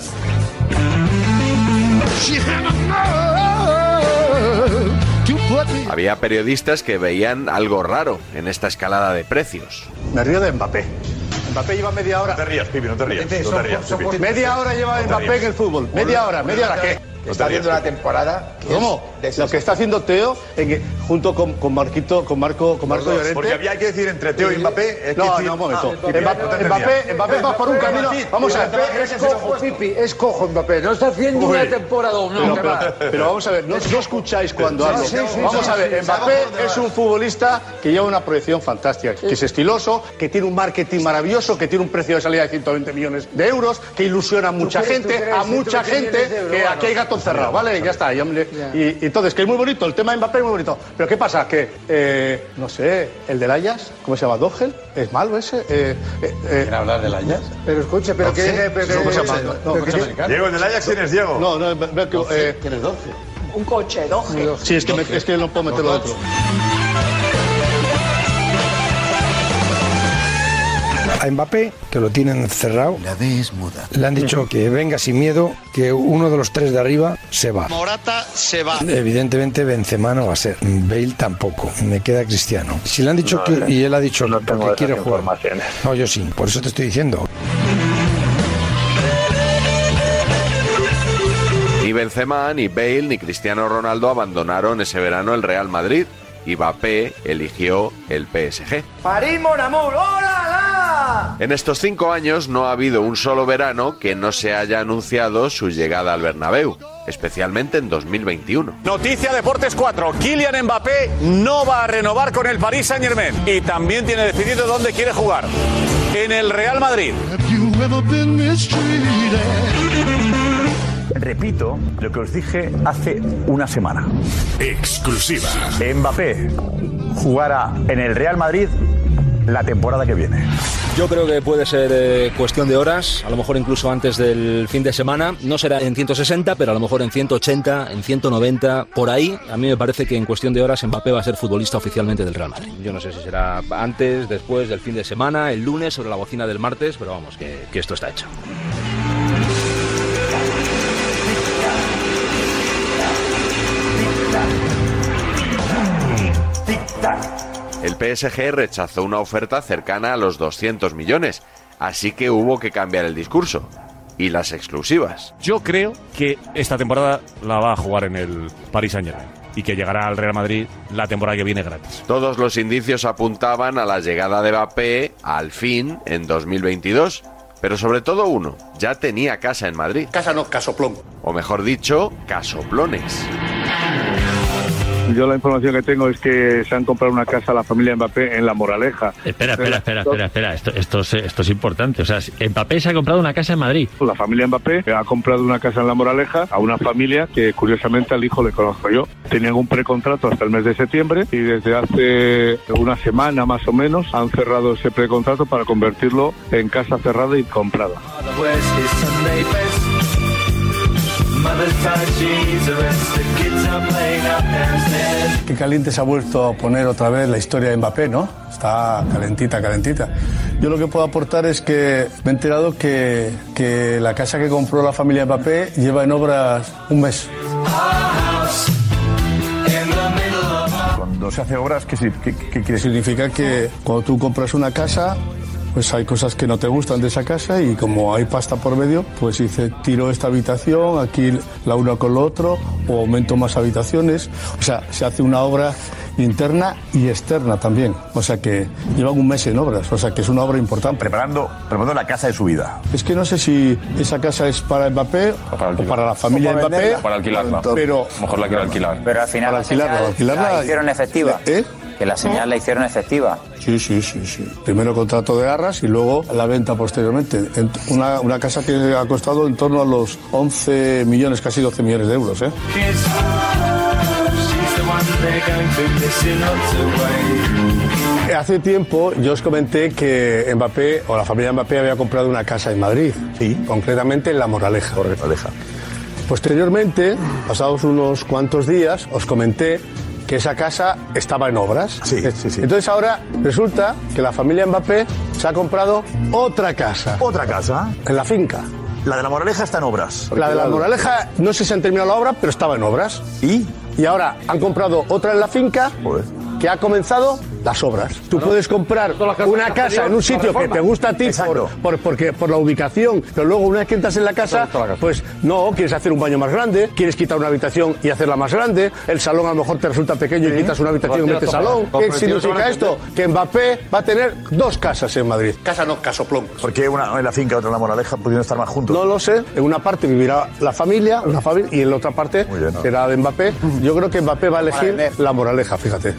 [SPEAKER 2] Había periodistas que veían algo raro en esta escalada de precios.
[SPEAKER 15] Me río de Mbappé. Mbappé lleva media hora.
[SPEAKER 2] te rías, Pipi, no te
[SPEAKER 15] rías, no te rías, Pipi. Media hora lleva
[SPEAKER 4] No te
[SPEAKER 15] Mbappé
[SPEAKER 4] rías.
[SPEAKER 15] en el fútbol. Media hora, media hora qué.
[SPEAKER 4] No te Está rías, haciendo Pipi. una
[SPEAKER 15] temporada. ¿Cómo? Lo que está haciendo Teo en- junto con, con Marquito, con Marco, con Marco Llorente.
[SPEAKER 4] Porque había que decir entre Teo y Mbappé. es
[SPEAKER 15] No,
[SPEAKER 4] decir-
[SPEAKER 15] no, un momento.
[SPEAKER 4] Ah, Pipi, no
[SPEAKER 15] Mbappé,
[SPEAKER 4] te
[SPEAKER 15] Mbappé,
[SPEAKER 4] entendía.
[SPEAKER 15] Mbappé va por un camino. Vamos a ver.
[SPEAKER 21] Es cojo, Pipi, es cojo Mbappé. No está haciendo
[SPEAKER 15] Uy.
[SPEAKER 21] una temporada o no.
[SPEAKER 15] Pero,
[SPEAKER 21] que
[SPEAKER 15] pero-
[SPEAKER 21] va.
[SPEAKER 15] pero vamos a ver, no, no escucháis cuando
[SPEAKER 21] Sí,
[SPEAKER 15] hablo.
[SPEAKER 21] sí, sí,
[SPEAKER 15] vamos
[SPEAKER 21] sí,
[SPEAKER 15] a ver,
[SPEAKER 21] sí,
[SPEAKER 15] Mbappé
[SPEAKER 21] sabemos dónde
[SPEAKER 15] es un futbolista que lleva una proyección fantástica, que es estiloso, que tiene un marketing maravilloso, que tiene un precio de salida de 120 millones de euros, que ilusiona a mucha
[SPEAKER 21] crees- tú
[SPEAKER 15] gente,
[SPEAKER 21] crees
[SPEAKER 15] a
[SPEAKER 21] 120
[SPEAKER 15] mucha gente,
[SPEAKER 21] millones de euros,
[SPEAKER 15] que
[SPEAKER 21] bueno.
[SPEAKER 15] aquí hay gato encerrado, ¿vale? Ya está. ya me- y, y entonces, que es muy bonito, el tema de Mbappé es muy bonito. Pero ¿qué pasa? Que, eh, no sé, el del Ajax, ¿cómo se llama? ¿Dogel? ¿Es malo ese? Eh, eh, eh,
[SPEAKER 20] hablar del Ajax?
[SPEAKER 21] Pero escucha, pero
[SPEAKER 15] No
[SPEAKER 21] que.
[SPEAKER 15] sé,
[SPEAKER 21] pero que-
[SPEAKER 15] no, pues,
[SPEAKER 21] pero
[SPEAKER 15] no, no,
[SPEAKER 21] que-
[SPEAKER 15] coche americano.
[SPEAKER 4] Diego, ¿en el Ajax quién es Diego?
[SPEAKER 15] No, no, veo que. eh,
[SPEAKER 21] Un coche, ¿no?
[SPEAKER 15] Sí, es que, me- es que no puedo meterlo dentro.
[SPEAKER 6] A Mbappé, que lo tienen cerrado. La D es muda. Le han dicho que venga sin miedo, que uno de los tres de arriba se va.
[SPEAKER 4] Morata se va.
[SPEAKER 6] Evidentemente Benzema no va a ser, Bale tampoco, me queda Cristiano. Si le han dicho
[SPEAKER 4] No,
[SPEAKER 6] que
[SPEAKER 4] eh,
[SPEAKER 6] y él ha dicho
[SPEAKER 4] no
[SPEAKER 6] que
[SPEAKER 4] tengo
[SPEAKER 6] porque quiere
[SPEAKER 4] esas
[SPEAKER 6] jugar.
[SPEAKER 4] informaciones.
[SPEAKER 6] No, yo sí, por eso te estoy diciendo.
[SPEAKER 2] Ni Benzema, ni Bale, ni Cristiano Ronaldo abandonaron ese verano el Real Madrid y Mbappé eligió el PSG.
[SPEAKER 20] París, mon amour, ¡hola!
[SPEAKER 21] ¡Venga!
[SPEAKER 2] En estos cinco años no ha habido un solo verano que no se haya anunciado su llegada al Bernabéu, especialmente en 2021.
[SPEAKER 22] Noticia Deportes 4. Kylian Mbappé no va a renovar con el Paris Saint Germain. Y también tiene decidido dónde quiere jugar. En el Real Madrid.
[SPEAKER 3] Repito lo que os dije hace una semana. Exclusiva.
[SPEAKER 4] Eh,
[SPEAKER 3] Mbappé jugará en el Real Madrid la temporada que viene.
[SPEAKER 5] Yo creo que puede ser eh, cuestión de horas, a lo mejor incluso antes del fin de semana. No será en 160, pero a lo mejor en 180, en 190, por ahí. A mí me parece que en cuestión de horas Mbappé va a ser futbolista oficialmente del Real Madrid. Yo no sé si será antes, después del fin de semana, el lunes, sobre la bocina del martes, pero vamos, que, que esto está hecho.
[SPEAKER 2] El PSG rechazó una oferta cercana a los 200 millones, así que hubo que cambiar el discurso y las exclusivas.
[SPEAKER 7] Yo creo que esta temporada la va a jugar en el Paris Saint Germain y que llegará al Real Madrid la temporada que viene gratis.
[SPEAKER 2] Todos los indicios apuntaban a la llegada de Mbappé al fin en 2022, pero sobre todo uno, ya tenía casa en Madrid. Casa no, casoplón. O mejor dicho, casoplones.
[SPEAKER 23] Yo la información que tengo es que se han comprado una casa a la familia Mbappé en La Moraleja.
[SPEAKER 15] Eh,
[SPEAKER 23] Espera, espera, espera, espera, espera. Esto, esto, es, esto es importante. O sea, Mbappé se ha comprado una casa en Madrid. La familia Mbappé
[SPEAKER 24] eh,
[SPEAKER 23] ha comprado una casa en La Moraleja a una familia que curiosamente al hijo le conozco yo. Tenían un precontrato hasta el mes de septiembre y desde hace una semana más o menos han cerrado ese precontrato para convertirlo en casa cerrada y comprada.
[SPEAKER 15] Qué caliente se ha vuelto a poner otra vez la historia de Mbappé, ¿no? Está calentita, calentita. Yo lo que puedo aportar es que me he enterado que, que la casa que compró la familia Mbappé lleva en obras un mes.
[SPEAKER 23] Cuando se hace obras, ¿qué, quiere?
[SPEAKER 15] Significa que cuando tú compras una casa, pues hay cosas que no te gustan de esa casa y como hay pasta por medio, pues hice tiro esta habitación, aquí la una con lo otro, o aumento más habitaciones. O sea, se hace una obra interna y externa también. O sea que llevan un mes en obras, o sea que es una obra importante. Preparando, preparando la casa de su vida. Es que no sé si esa casa es para Mbappé o para la familia
[SPEAKER 24] ¿O para
[SPEAKER 15] Mbappé.
[SPEAKER 24] venderla? Para alquilarla.
[SPEAKER 15] Pero,
[SPEAKER 24] Mejor la quiero alquilar.
[SPEAKER 25] Pero al final
[SPEAKER 15] Para
[SPEAKER 25] la
[SPEAKER 15] alquilarla,
[SPEAKER 25] señal
[SPEAKER 15] alquilarla
[SPEAKER 25] la hicieron efectiva.
[SPEAKER 15] ¿Eh?
[SPEAKER 25] Que la señal la hicieron efectiva.
[SPEAKER 15] Sí, sí, sí, sí. Primero contrato de arras y luego la venta posteriormente. En- Una, una casa que ha costado en torno a los 11 millones, casi 12 millones de euros. ¿eh? Eh, Hace tiempo yo os comenté que Mbappé o la familia Mbappé había comprado una casa en Madrid, concretamente en La Moraleja. Posteriormente, pasados unos cuantos días, os comenté que esa casa estaba en obras. Entonces ahora resulta que la familia Mbappé se ha comprado otra casa. ¿Otra casa? En la finca.
[SPEAKER 23] La de la Moraleja está en obras.
[SPEAKER 15] La de la Moraleja, no sé si han terminado la obra, pero estaba en obras. ¿Y? Y ahora han comprado otra en la finca que ha comenzado las obras. Tú puedes comprar una casa en un sitio que te gusta a ti por, por- porque, por la ubicación, pero luego una vez que entras en la casa, pues no, quieres hacer un baño más grande, quieres quitar una habitación y hacerla más grande, el salón a lo mejor te resulta pequeño y quitas una habitación y metes salón. ¿Qué significa esto? Que Mbappé va a tener dos casas en Madrid. Casa no, casoplón.
[SPEAKER 23] ¿Por qué una en la finca, otra en la Moraleja, pudieron estar más juntos?
[SPEAKER 15] No lo sé. En una parte vivirá la familia, una familia y en la otra parte será de Mbappé. Yo creo que Mbappé va a elegir la moraleja, fíjate.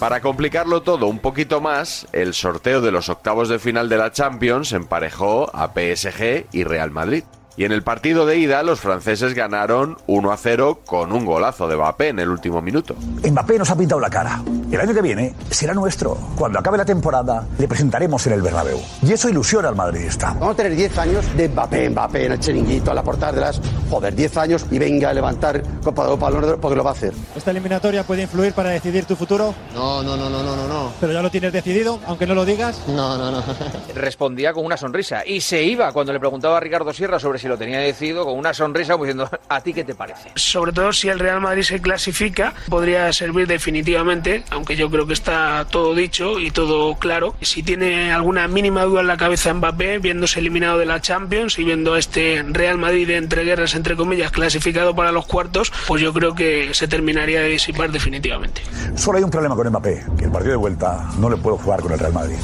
[SPEAKER 2] Para complicarlo todo un poquito más, el sorteo de los octavos de final de la Champions emparejó a PSG y Real Madrid. Y en el partido de ida, los franceses ganaron 1 a 0 con un golazo de Mbappé en el último minuto.
[SPEAKER 23] Mbappé nos ha pintado la cara. El año que viene será nuestro. Cuando acabe la temporada, le presentaremos en el Bernabéu. Y eso ilusiona al madridista.
[SPEAKER 26] Vamos a tener 10 años de Mbappé, Mbappé en el chiringuito, a la portada de las... Joder, 10 años y venga a levantar Copa de Europa al honor porque lo va a hacer.
[SPEAKER 27] ¿Esta eliminatoria puede influir para decidir tu futuro? No, no, no, no, no, no, no. ¿Pero ya lo tienes decidido, aunque no lo digas? No, no, no.
[SPEAKER 28] Respondía con una sonrisa y se iba cuando le preguntaba a Ricardo Sierra sobre si
[SPEAKER 29] si lo tenía decidido, con una sonrisa, como diciendo, ¿a ti qué te parece?
[SPEAKER 21] Sobre todo si el Real Madrid se clasifica, podría servir definitivamente, aunque yo creo que está todo dicho y todo claro. Si tiene alguna mínima duda en la cabeza Mbappé, viéndose eliminado de la Champions y viendo a este Real Madrid de entre guerras, entre comillas, clasificado para los cuartos, pues yo creo que se terminaría de disipar definitivamente.
[SPEAKER 4] Solo hay un problema con Mbappé, que el partido de vuelta no le puedo jugar con el Real Madrid.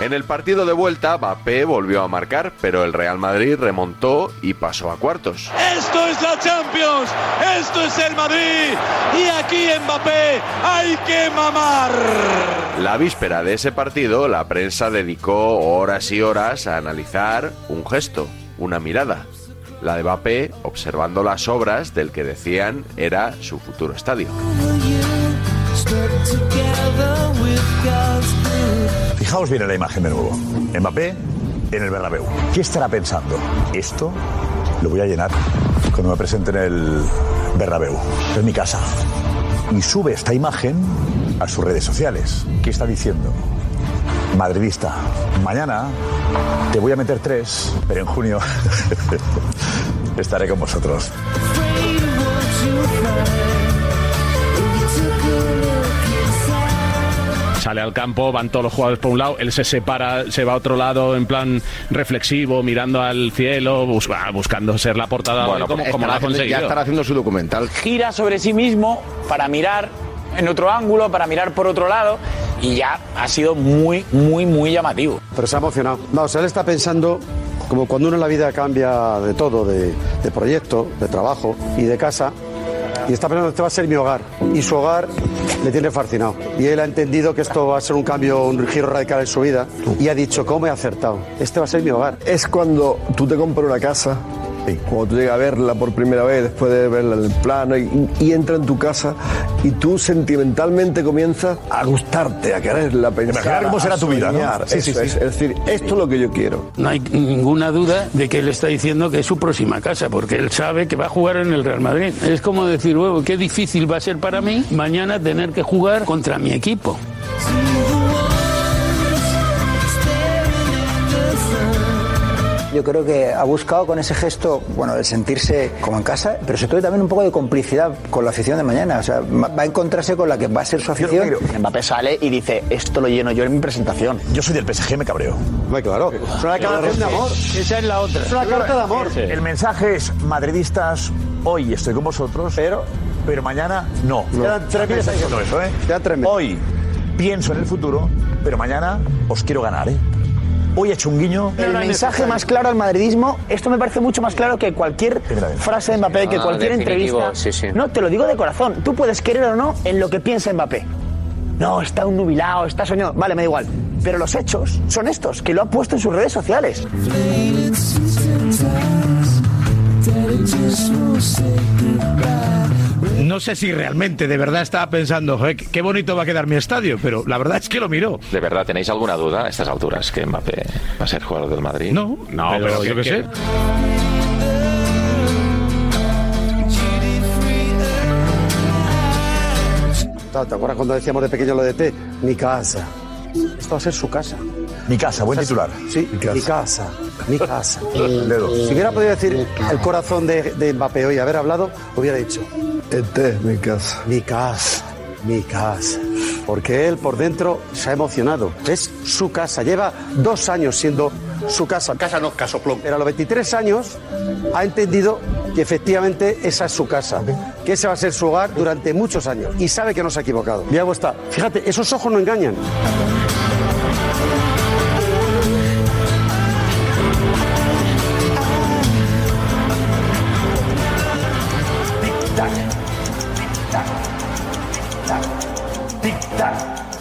[SPEAKER 2] En el partido de vuelta, Mbappé volvió a marcar, pero el Real Madrid remontó y pasó a cuartos.
[SPEAKER 3] Esto es la Champions, esto es el Madrid y aquí Mbappé hay que mamar.
[SPEAKER 2] La víspera de ese partido, la prensa dedicó horas y horas a analizar un gesto, una mirada. La de Mbappé observando las obras del que decían era su futuro estadio.
[SPEAKER 4] Fijaos bien en la imagen de nuevo. Mbappé en el Bernabéu. ¿Qué estará pensando? Esto lo voy a llenar cuando me presente en el Bernabéu. Es mi casa. Y sube esta imagen a sus redes sociales. ¿Qué está diciendo? Madridista, mañana te voy a meter tres, pero en junio estaré con vosotros.
[SPEAKER 30] Sale al campo, van todos los jugadores por un lado, él se separa, se va a otro lado en plan reflexivo, mirando al cielo, bus- ah, buscando ser la portada
[SPEAKER 31] Bueno,
[SPEAKER 30] como,
[SPEAKER 31] pues
[SPEAKER 30] como Ah, lo ha
[SPEAKER 31] estará haciendo-
[SPEAKER 30] conseguido.
[SPEAKER 31] Ya estará haciendo su documental.
[SPEAKER 5] Gira sobre sí mismo para mirar en otro ángulo, para mirar por otro lado y ya ha sido muy, muy, muy llamativo.
[SPEAKER 26] Pero se ha emocionado. Vamos, él está pensando como cuando uno en la vida cambia de todo, de, de proyecto, de trabajo y de casa. Y está pensando, este va a ser mi hogar. Y su hogar le tiene fascinado. Y él ha entendido que esto va a ser un cambio, un giro radical en su vida. Y ha dicho, ¿cómo he acertado? Este va a ser mi hogar.
[SPEAKER 15] Es cuando tú te compras una casa, cuando tú llegas a verla por primera vez, después de verla en el plano, y, y entra en tu casa y tú sentimentalmente comienzas a gustarte, a quererla, a pensar.
[SPEAKER 31] Imaginar cómo
[SPEAKER 15] a
[SPEAKER 31] será tu vida, ¿no?
[SPEAKER 15] soñar.
[SPEAKER 31] Sí, sí,
[SPEAKER 15] Eso
[SPEAKER 31] sí.
[SPEAKER 15] es. Es decir, esto es lo que yo quiero.
[SPEAKER 10] No hay ninguna duda de que él está diciendo que es su próxima casa, porque él sabe que va a jugar en el Real Madrid. Es como decir, huevo, qué difícil va a ser para mí mañana tener que jugar contra mi equipo.
[SPEAKER 5] Yo creo que ha buscado con ese gesto, bueno, el sentirse como en casa, pero sobre todo también un poco de complicidad con la afición de mañana. O sea, ma- va a encontrarse con la que va a ser su afición. Mbappé sale y dice, esto lo lleno yo en mi presentación. Yo soy del PSG, me cabreo.
[SPEAKER 26] claro.
[SPEAKER 5] Es una declaración de amor.
[SPEAKER 31] Esa es la otra.
[SPEAKER 26] Es una carta de amor.
[SPEAKER 31] El
[SPEAKER 26] El
[SPEAKER 31] mensaje es madridistas
[SPEAKER 4] Hoy estoy con vosotros, pero, pero mañana no.
[SPEAKER 31] No.
[SPEAKER 4] Quedan tres meses haciendo eso, ¿eh? Hoy pienso en el futuro, pero mañana os quiero ganar, ¿eh? Hoy he hecho un guiño.
[SPEAKER 5] El mensaje más claro al madridismo, esto me parece mucho más claro que cualquier frase de Mbappé, que
[SPEAKER 31] Ah,
[SPEAKER 5] cualquier
[SPEAKER 31] definitivo,
[SPEAKER 5] entrevista.
[SPEAKER 31] sí, sí.
[SPEAKER 5] No, te lo digo de corazón, tú puedes querer o no en lo que piensa Mbappé. No, está un nubilado, está soñado, vale, me da igual. Pero los hechos son estos, que lo ha puesto en sus redes sociales.
[SPEAKER 10] No sé si realmente, de verdad, estaba pensando, "Joder, qué bonito va a quedar mi estadio, pero la verdad es que lo miró.
[SPEAKER 6] ¿De verdad tenéis alguna duda a estas alturas que Mbappé va a ser jugador del Madrid?
[SPEAKER 10] No,
[SPEAKER 6] no,
[SPEAKER 10] pero pero yo que- qué sé.
[SPEAKER 26] ¿Te acuerdas cuando decíamos de pequeño lo de T? Mi casa. Esto va a ser su casa. Mi casa, buen titular. Sí, mi casa. Mi casa.
[SPEAKER 31] El dedo.
[SPEAKER 26] Si hubiera podido decir el corazón de, de Mbappé hoy haber hablado, hubiera dicho. Este es mi casa. Mi casa. Mi casa. Porque él por dentro se ha emocionado. Es su casa. Lleva dos años siendo su casa. Casa no, casoplón. Pero a los 23 años ha entendido que efectivamente esa es su casa. Que ese va a ser su hogar durante muchos años. Y sabe que no se ha equivocado. Mira cómo está. Fíjate, esos ojos no engañan.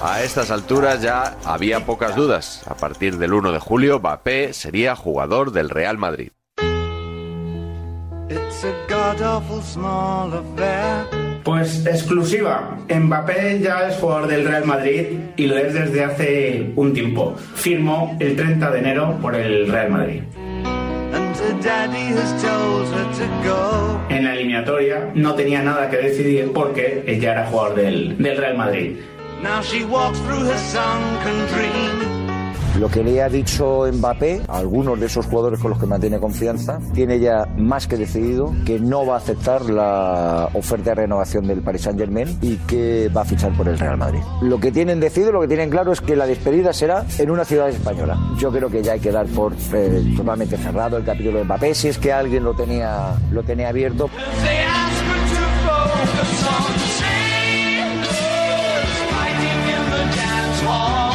[SPEAKER 2] A estas alturas ya había pocas dudas. A partir del 1 de julio, Mbappé sería jugador del Real Madrid.
[SPEAKER 6] Pues exclusiva. Mbappé ya es jugador del Real Madrid y lo es desde hace un tiempo. Firmó el 30 de enero por el Real Madrid. En la eliminatoria no tenía nada que decidir porque ya era jugador del, del Real Madrid.
[SPEAKER 3] Now she walks through her sunken dream.
[SPEAKER 32] Lo que le ha dicho Mbappé a algunos de esos jugadores con los que mantiene confianza, tiene ya más que decidido que no va a aceptar la oferta de renovación del Paris Saint-Germain y que va a fichar por el Real Madrid. Lo que tienen decidido, lo que tienen claro es que la despedida será en una ciudad española. Yo creo que ya hay que dar por eh, totalmente cerrado el capítulo de Mbappé si es que alguien lo tenía lo tenía abierto.
[SPEAKER 3] They ask her to focus on strangers fighting in the dance hall.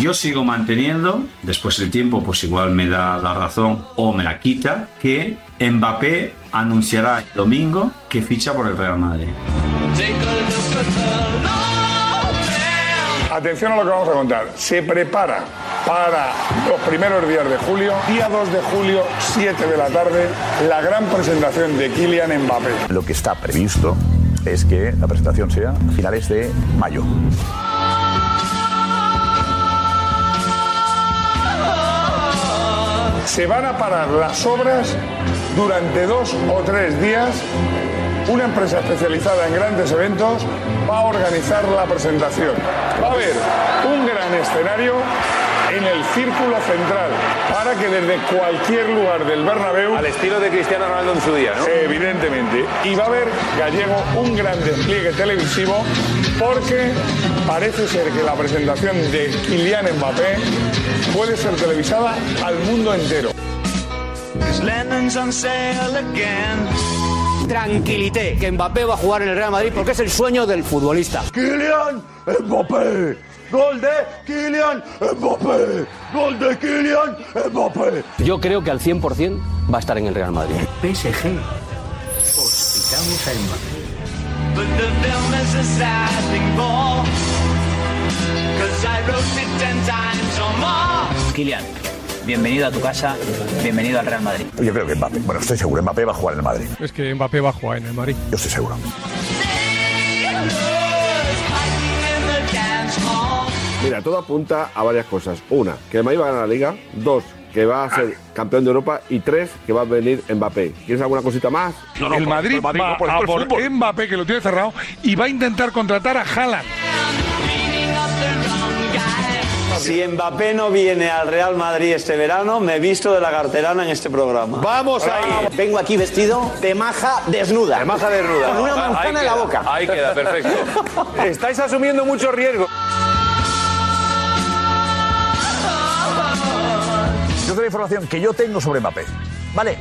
[SPEAKER 33] Yo sigo manteniendo, después el tiempo pues igual me da la razón o me la quita, que Mbappé anunciará el domingo que ficha por el Real Madrid.
[SPEAKER 3] Take a look at the Lord.
[SPEAKER 34] Atención a lo que vamos a contar. Se prepara para los primeros días de julio, día 2 de julio, 7 de la tarde, la gran presentación de Kylian Mbappé.
[SPEAKER 4] Lo que está previsto es que la presentación sea a finales de mayo.
[SPEAKER 34] Se van a parar las obras durante dos o tres días. Una empresa especializada en grandes eventos va a organizar la presentación. Va a haber un gran escenario en el círculo central para que desde cualquier lugar del Bernabéu al estilo de Cristiano Ronaldo en su día, ¿no? Evidentemente. Y va a haber gallego un gran despliegue televisivo porque parece ser que la presentación de Kylian Mbappé puede ser televisada al mundo entero.
[SPEAKER 3] His Lennon's on sale again.
[SPEAKER 5] Tranquilité, que Mbappé va a jugar en el Real Madrid porque es el sueño del futbolista.
[SPEAKER 3] Kylian Mbappé. Gol de Kylian Mbappé. Gol de Kylian Mbappé.
[SPEAKER 5] Yo creo que al 100% va a estar en el Real Madrid.
[SPEAKER 3] PSG. Hospitamos a Mbappé. But the film is a sad thing more. 'Cause I wrote it ten times or more.
[SPEAKER 35] Kilian, bienvenido a tu casa, bienvenido al Real Madrid.
[SPEAKER 4] Yo creo que Mbappé, bueno, estoy seguro, Mbappé va a jugar en el Madrid.
[SPEAKER 14] Es que Mbappé va a jugar en el Madrid.
[SPEAKER 4] Yo estoy seguro.
[SPEAKER 3] In the dance hall.
[SPEAKER 6] Mira, todo apunta a varias cosas. Una, que el Madrid va a ganar la Liga. Dos, que va a
[SPEAKER 34] Ah.
[SPEAKER 6] ser campeón de Europa. Y tres, que va a venir Mbappé. ¿Quieres alguna cosita más?
[SPEAKER 34] el Madrid va a por
[SPEAKER 6] Mbappé, que lo tiene cerrado, y va a intentar contratar a Haaland.
[SPEAKER 5] Si Mbappé no viene al Real Madrid este verano, me he visto de la carterana en este programa.
[SPEAKER 6] ¡Vamos
[SPEAKER 5] ahí! Vengo aquí vestido de maja desnuda. De maja desnuda. Con
[SPEAKER 34] Ah,
[SPEAKER 5] una manzana en la boca.
[SPEAKER 6] Ahí queda, perfecto. Estáis asumiendo mucho riesgo.
[SPEAKER 4] Yo tengo la información que yo tengo sobre Mbappé. Vale,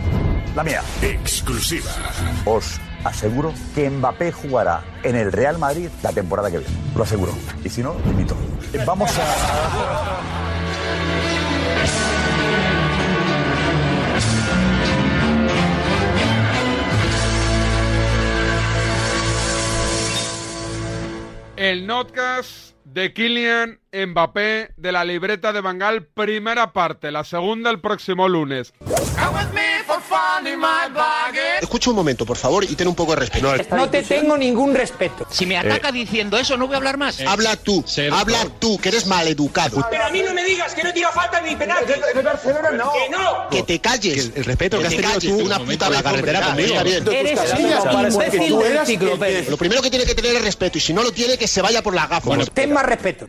[SPEAKER 4] la mía.
[SPEAKER 36] Exclusiva.
[SPEAKER 4] Os aseguro que Mbappé jugará en el Real Madrid la temporada que viene. Lo aseguro. Y si no, invito. Vamos a.
[SPEAKER 1] El notcast de Kylian Mbappé de la libreta de Bangal, primera parte, la segunda el próximo lunes.
[SPEAKER 26] Escucha un momento, por favor, y ten un poco de respeto.
[SPEAKER 5] No te tengo ningún respeto.
[SPEAKER 26] Si me ataca
[SPEAKER 5] diciendo eso, no voy a hablar más.
[SPEAKER 26] eh,
[SPEAKER 6] eh,
[SPEAKER 26] habla tú, habla tú, que eres maleducado.
[SPEAKER 5] Pero a mí no me digas que no tira falta ni
[SPEAKER 26] Eh,
[SPEAKER 5] penalti. En el Barcelona no. Que no.
[SPEAKER 26] Que te calles. el respeto que has tenido tú una puta
[SPEAKER 6] la carretera conmigo.
[SPEAKER 26] Eres
[SPEAKER 6] Eres un imbécil del
[SPEAKER 26] eres Lo primero que tiene que tener es respeto y si no lo tiene que se vaya por las gafas.
[SPEAKER 5] ten más respeto.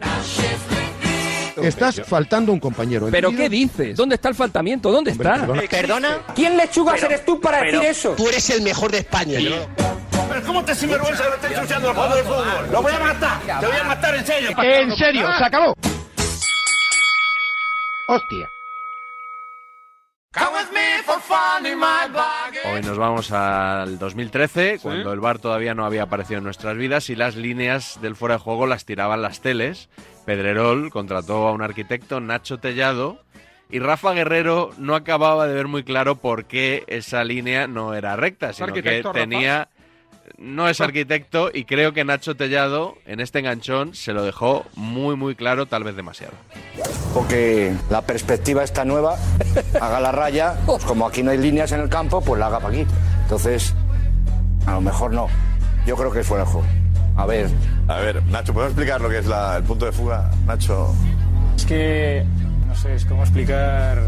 [SPEAKER 37] Estás faltando un compañero.
[SPEAKER 5] ¿Pero qué dices? ¿Dónde está el faltamiento? ¿Dónde está?
[SPEAKER 37] perdona.
[SPEAKER 5] ¿Quién lechugas eres tú para
[SPEAKER 26] pero
[SPEAKER 5] decir eso?
[SPEAKER 26] Tú eres el mejor de España.
[SPEAKER 5] Pero ¿cómo te sinvergüenza lo estás ensuciando el juego del fútbol?
[SPEAKER 26] Lo
[SPEAKER 5] voy a matar.
[SPEAKER 26] Te voy a
[SPEAKER 5] matar en serio.
[SPEAKER 26] En serio, se
[SPEAKER 5] acabó.
[SPEAKER 26] Hostia.
[SPEAKER 3] Come with me for fun in my bag.
[SPEAKER 2] Hoy nos vamos al 2013, cuando el bar todavía no había aparecido en nuestras vidas y las líneas del fuera de juego las tiraban las teles. Pedrerol contrató a un arquitecto, Nacho Tellado, y Rafa Guerrero no acababa de ver muy claro por qué esa línea no era recta, sino que
[SPEAKER 1] arquitecto, Rafa? Ah.
[SPEAKER 2] tenía... No es arquitecto y creo que Nacho Tellado en este enganchón se lo dejó muy muy claro, tal vez demasiado.
[SPEAKER 37] Porque la perspectiva está nueva, haga la raya, pues como aquí no hay líneas en el campo, pues la haga para aquí. Entonces, a lo mejor no. Yo creo que es fuera de juego. A ver.
[SPEAKER 4] A ver, Nacho, ¿puedo explicar lo que es la- el punto de fuga? Nacho.
[SPEAKER 31] Es que, no sé, es como explicar...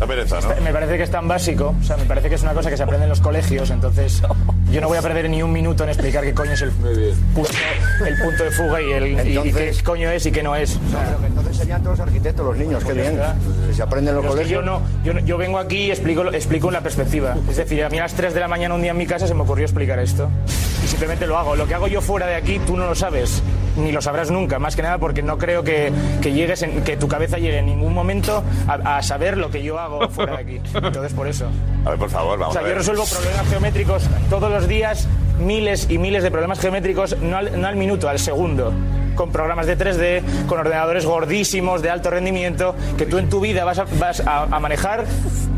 [SPEAKER 4] La pereza, ¿no?
[SPEAKER 37] Este
[SPEAKER 31] Me parece que es tan básico, o sea, me parece que es una cosa que se aprende en los colegios, entonces Yo no voy a perder ni un minuto en explicar qué coño es el punto, el punto de fuga y, el, y- y qué coño es y qué no es.
[SPEAKER 5] Entonces serían todos arquitectos los niños, qué bien. Se aprenden los
[SPEAKER 31] Pero es que
[SPEAKER 5] colegios.
[SPEAKER 31] yo, no, yo, no- yo vengo aquí y explico, explico la perspectiva. Es decir, a mí a las 3 de la mañana un día en mi casa se me ocurrió explicar esto. Y simplemente lo hago. Lo que hago yo fuera de aquí tú no lo sabes, ni lo sabrás nunca. Más que nada porque no creo que, que llegues en- que tu cabeza llegue en ningún momento a, a saber lo que yo hago fuera de aquí. Entonces por eso.
[SPEAKER 4] A ver, por favor,
[SPEAKER 31] O
[SPEAKER 4] vamos
[SPEAKER 31] sea,
[SPEAKER 4] a ver.
[SPEAKER 31] yo resuelvo problemas geométricos todos los días, miles y miles de problemas geométricos, no al, no al minuto, al segundo. Con programas de 3D, con ordenadores gordísimos de alto rendimiento, que tú en tu vida vas a, vas a- a manejar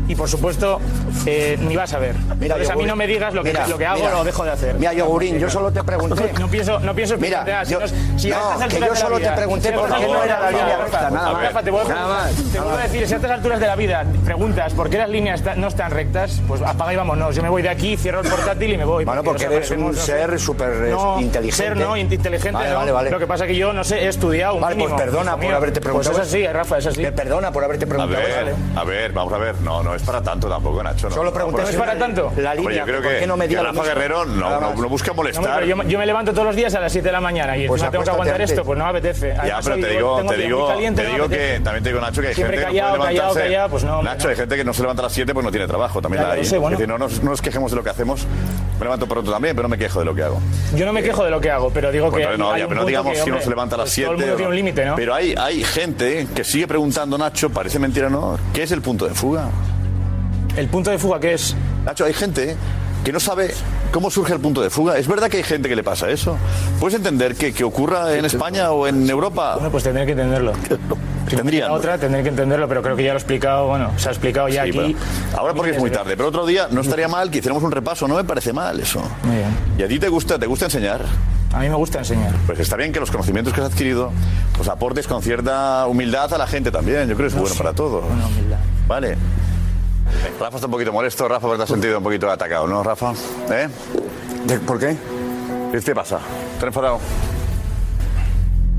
[SPEAKER 31] y, por supuesto, eh, ni vas a ver.
[SPEAKER 5] Mira,
[SPEAKER 31] Entonces, a
[SPEAKER 5] Yogurín,
[SPEAKER 31] mí no me digas lo que,
[SPEAKER 5] mira,
[SPEAKER 31] lo que hago
[SPEAKER 5] mira.
[SPEAKER 31] o lo dejo de hacer. Eh,
[SPEAKER 5] Mira, Yogurín, yo solo te pregunté.
[SPEAKER 31] No pienso, no pienso
[SPEAKER 5] Mira,
[SPEAKER 31] picotear, si
[SPEAKER 5] yo-
[SPEAKER 31] no- si a
[SPEAKER 5] no,
[SPEAKER 31] estas
[SPEAKER 5] que
[SPEAKER 31] alturas
[SPEAKER 5] yo
[SPEAKER 31] de la
[SPEAKER 5] solo te
[SPEAKER 31] vida-
[SPEAKER 5] pregunté
[SPEAKER 31] si a
[SPEAKER 5] por
[SPEAKER 31] estas
[SPEAKER 5] qué no
[SPEAKER 31] alturas
[SPEAKER 5] era
[SPEAKER 31] de
[SPEAKER 5] la línea recta, nada
[SPEAKER 31] Rafa,
[SPEAKER 5] más.
[SPEAKER 31] Rafa, te vuelvo a
[SPEAKER 5] Nada
[SPEAKER 31] preguntar-
[SPEAKER 5] más,
[SPEAKER 31] te
[SPEAKER 5] nada
[SPEAKER 31] vuelvo a
[SPEAKER 5] más.
[SPEAKER 31] decir, si a estas alturas de la vida preguntas por qué las líneas ta- no están rectas, pues apaga y vámonos. Yo me voy de aquí, cierro el portátil y me voy.
[SPEAKER 5] Bueno, porque
[SPEAKER 31] nos
[SPEAKER 5] eres un
[SPEAKER 31] aparecemos, no sé.
[SPEAKER 5] ser súper eh,
[SPEAKER 31] No,
[SPEAKER 5] inteligente.
[SPEAKER 31] Ser no, int- inteligente
[SPEAKER 5] Vale,
[SPEAKER 31] no.
[SPEAKER 5] vale, vale.
[SPEAKER 31] Lo que pasa es que yo, no sé, he estudiado un
[SPEAKER 5] Vale, pues
[SPEAKER 31] mínimo,
[SPEAKER 5] perdona
[SPEAKER 31] hijo
[SPEAKER 5] por
[SPEAKER 31] mío.
[SPEAKER 5] haberte preguntado
[SPEAKER 31] Pues es así,
[SPEAKER 5] eso.
[SPEAKER 31] Rafa, es así.
[SPEAKER 5] Perdona por haberte
[SPEAKER 4] A
[SPEAKER 5] preguntado.
[SPEAKER 4] ver, a ver, vamos a ver. No, no es para tanto tampoco, Nacho. No,
[SPEAKER 31] Solo pregunté
[SPEAKER 4] preguntas
[SPEAKER 31] si era la línea,
[SPEAKER 4] yo creo
[SPEAKER 31] ¿por
[SPEAKER 4] que,
[SPEAKER 31] qué no me
[SPEAKER 4] que
[SPEAKER 31] dio la
[SPEAKER 4] Rafa
[SPEAKER 31] misma?
[SPEAKER 4] Guerrero
[SPEAKER 31] Nada
[SPEAKER 4] no, no,
[SPEAKER 31] más.
[SPEAKER 4] no busca
[SPEAKER 31] No, hombre,
[SPEAKER 4] molestar.
[SPEAKER 31] pero yo, me- yo me levanto todos los días a las 7 de la mañana y
[SPEAKER 4] Pues
[SPEAKER 31] encima tengo que
[SPEAKER 4] acuéstate
[SPEAKER 31] aguantar
[SPEAKER 4] antes.
[SPEAKER 31] esto, pues no me apetece.
[SPEAKER 4] ya,
[SPEAKER 31] Además,
[SPEAKER 4] pero
[SPEAKER 31] hoy
[SPEAKER 4] te digo,
[SPEAKER 31] tengo
[SPEAKER 4] te
[SPEAKER 31] día
[SPEAKER 4] digo,
[SPEAKER 31] muy caliente,
[SPEAKER 4] te
[SPEAKER 31] no me
[SPEAKER 4] digo que
[SPEAKER 31] apetece.
[SPEAKER 4] también te digo, Nacho, que hay
[SPEAKER 31] Siempre
[SPEAKER 4] gente que no
[SPEAKER 31] callado,
[SPEAKER 4] puede
[SPEAKER 31] callado,
[SPEAKER 4] levantarse.
[SPEAKER 31] callado, pues no, hombre,
[SPEAKER 4] Nacho, hay gente que no se levanta a las 7 porque no tiene trabajo. También
[SPEAKER 31] Ya,
[SPEAKER 4] la
[SPEAKER 31] ya lo
[SPEAKER 4] hay.
[SPEAKER 31] sé, bueno.
[SPEAKER 4] Es decir, no, nos- no nos quejemos de lo que hacemos. Me levanto pronto también, pero no me quejo de lo que hago.
[SPEAKER 31] Yo no me quejo de lo que hago, pero digo que.
[SPEAKER 4] Eh, pues Bueno, no,
[SPEAKER 31] hay
[SPEAKER 4] ya,
[SPEAKER 31] un
[SPEAKER 4] pero no
[SPEAKER 31] punto
[SPEAKER 4] digamos
[SPEAKER 31] que,
[SPEAKER 4] si uno
[SPEAKER 31] hombre,
[SPEAKER 4] se levanta a las
[SPEAKER 31] pues
[SPEAKER 4] 7.
[SPEAKER 31] Todo el mundo tiene un límite, ¿no?
[SPEAKER 4] Pero hay, hay gente que sigue preguntando, Nacho, parece mentira, ¿no? ¿Qué es el punto de fuga?
[SPEAKER 31] ¿El punto de fuga qué es?
[SPEAKER 4] Nacho, hay gente que no sabe cómo surge el punto de fuga. ¿Es verdad que hay gente que le pasa eso? ¿Puedes entender que, que ocurra en España o en Europa?
[SPEAKER 31] Bueno, pues tendré que entenderlo.
[SPEAKER 4] Tendrían.
[SPEAKER 31] La otra tendré que entenderlo, pero creo que ya lo he explicado, bueno, se ha explicado ya
[SPEAKER 4] Sí,
[SPEAKER 31] aquí.
[SPEAKER 4] pero ahora porque es muy tarde, pero otro día no estaría mal que hiciéramos un repaso, no me parece mal eso.
[SPEAKER 31] Muy bien.
[SPEAKER 4] ¿Y a ti te gusta, te gusta enseñar?
[SPEAKER 31] A mí me gusta enseñar.
[SPEAKER 4] Pues está bien que los conocimientos que has adquirido los aportes con cierta humildad a la gente también. Yo creo que es bueno para todos. Vale. Rafa está un poquito molesto, Rafa, pero te has sentido un poquito atacado, ¿no, Rafa? ¿Eh?
[SPEAKER 5] ¿Por qué?
[SPEAKER 4] ¿Qué te pasa? ¿Estás enfadado?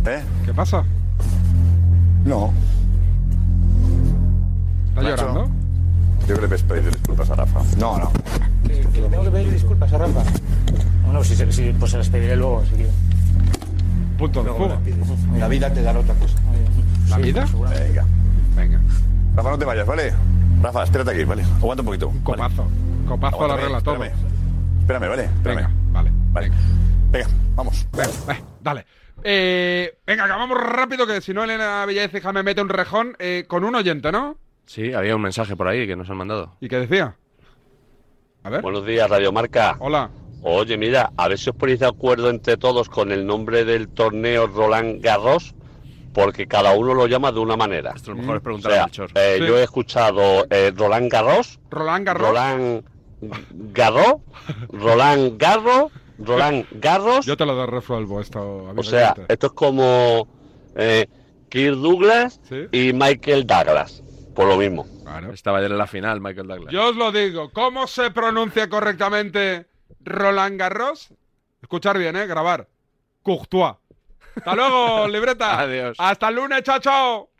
[SPEAKER 4] ¿Eh?
[SPEAKER 1] ¿Qué pasa?
[SPEAKER 5] No.
[SPEAKER 1] ¿Está
[SPEAKER 4] Nacho.
[SPEAKER 1] llorando?
[SPEAKER 4] Yo creo que debes pedir disculpas a Rafa.
[SPEAKER 5] No, no.
[SPEAKER 31] Tengo que pedir disculpas a Rafa. Bueno, si, se- si- pues se las pediré luego, si quieres.
[SPEAKER 1] Punto
[SPEAKER 5] Luego me las pides. La vida te dará otra cosa.
[SPEAKER 1] ¿La vida?
[SPEAKER 4] Venga.
[SPEAKER 1] Venga.
[SPEAKER 4] Rafa, no te vayas, ¿vale? Rafa, espérate aquí, ¿vale? Aguanta un poquito. Un
[SPEAKER 1] copazo. Copazo
[SPEAKER 4] Aguántame,
[SPEAKER 1] lo arregla todo.
[SPEAKER 4] Espérame, espérame ¿vale? Espérame.
[SPEAKER 1] vale.
[SPEAKER 4] Vale. Venga, vamos.
[SPEAKER 1] Dale. Eh, venga, acabamos rápido que si no Elena Villaceja me mete un rejón eh, con un oyente, ¿no?
[SPEAKER 38] Sí, había un mensaje por ahí que nos han mandado.
[SPEAKER 1] ¿Y qué decía?
[SPEAKER 2] Buenos días, Radio Marca.
[SPEAKER 1] Hola.
[SPEAKER 2] Oye, mira, a ver si os ponéis de acuerdo entre todos con el nombre del torneo Roland Garros, porque cada uno lo llama de una manera. Esto
[SPEAKER 38] a lo mejor es preguntar al Melchor. Sí.
[SPEAKER 2] Yo he escuchado eh, Roland Garros,
[SPEAKER 1] Roland Garros.
[SPEAKER 2] Roland Garros, Roland Garros, Roland Garros.
[SPEAKER 1] Yo te lo resuelvo esto. amigo
[SPEAKER 2] O sea,
[SPEAKER 1] oyente.
[SPEAKER 2] esto es como eh, Kirk Douglas
[SPEAKER 1] Sí.
[SPEAKER 2] y Michael Douglas, por lo mismo.
[SPEAKER 38] Estaba ayer en la final, Michael Douglas.
[SPEAKER 1] Yo os lo digo. ¿Cómo se pronuncia correctamente Roland Garros? Escuchar bien, ¿eh? Grabar. Courtois. Hasta luego, libreta.
[SPEAKER 38] Adiós.
[SPEAKER 1] Hasta el lunes, chao, chao.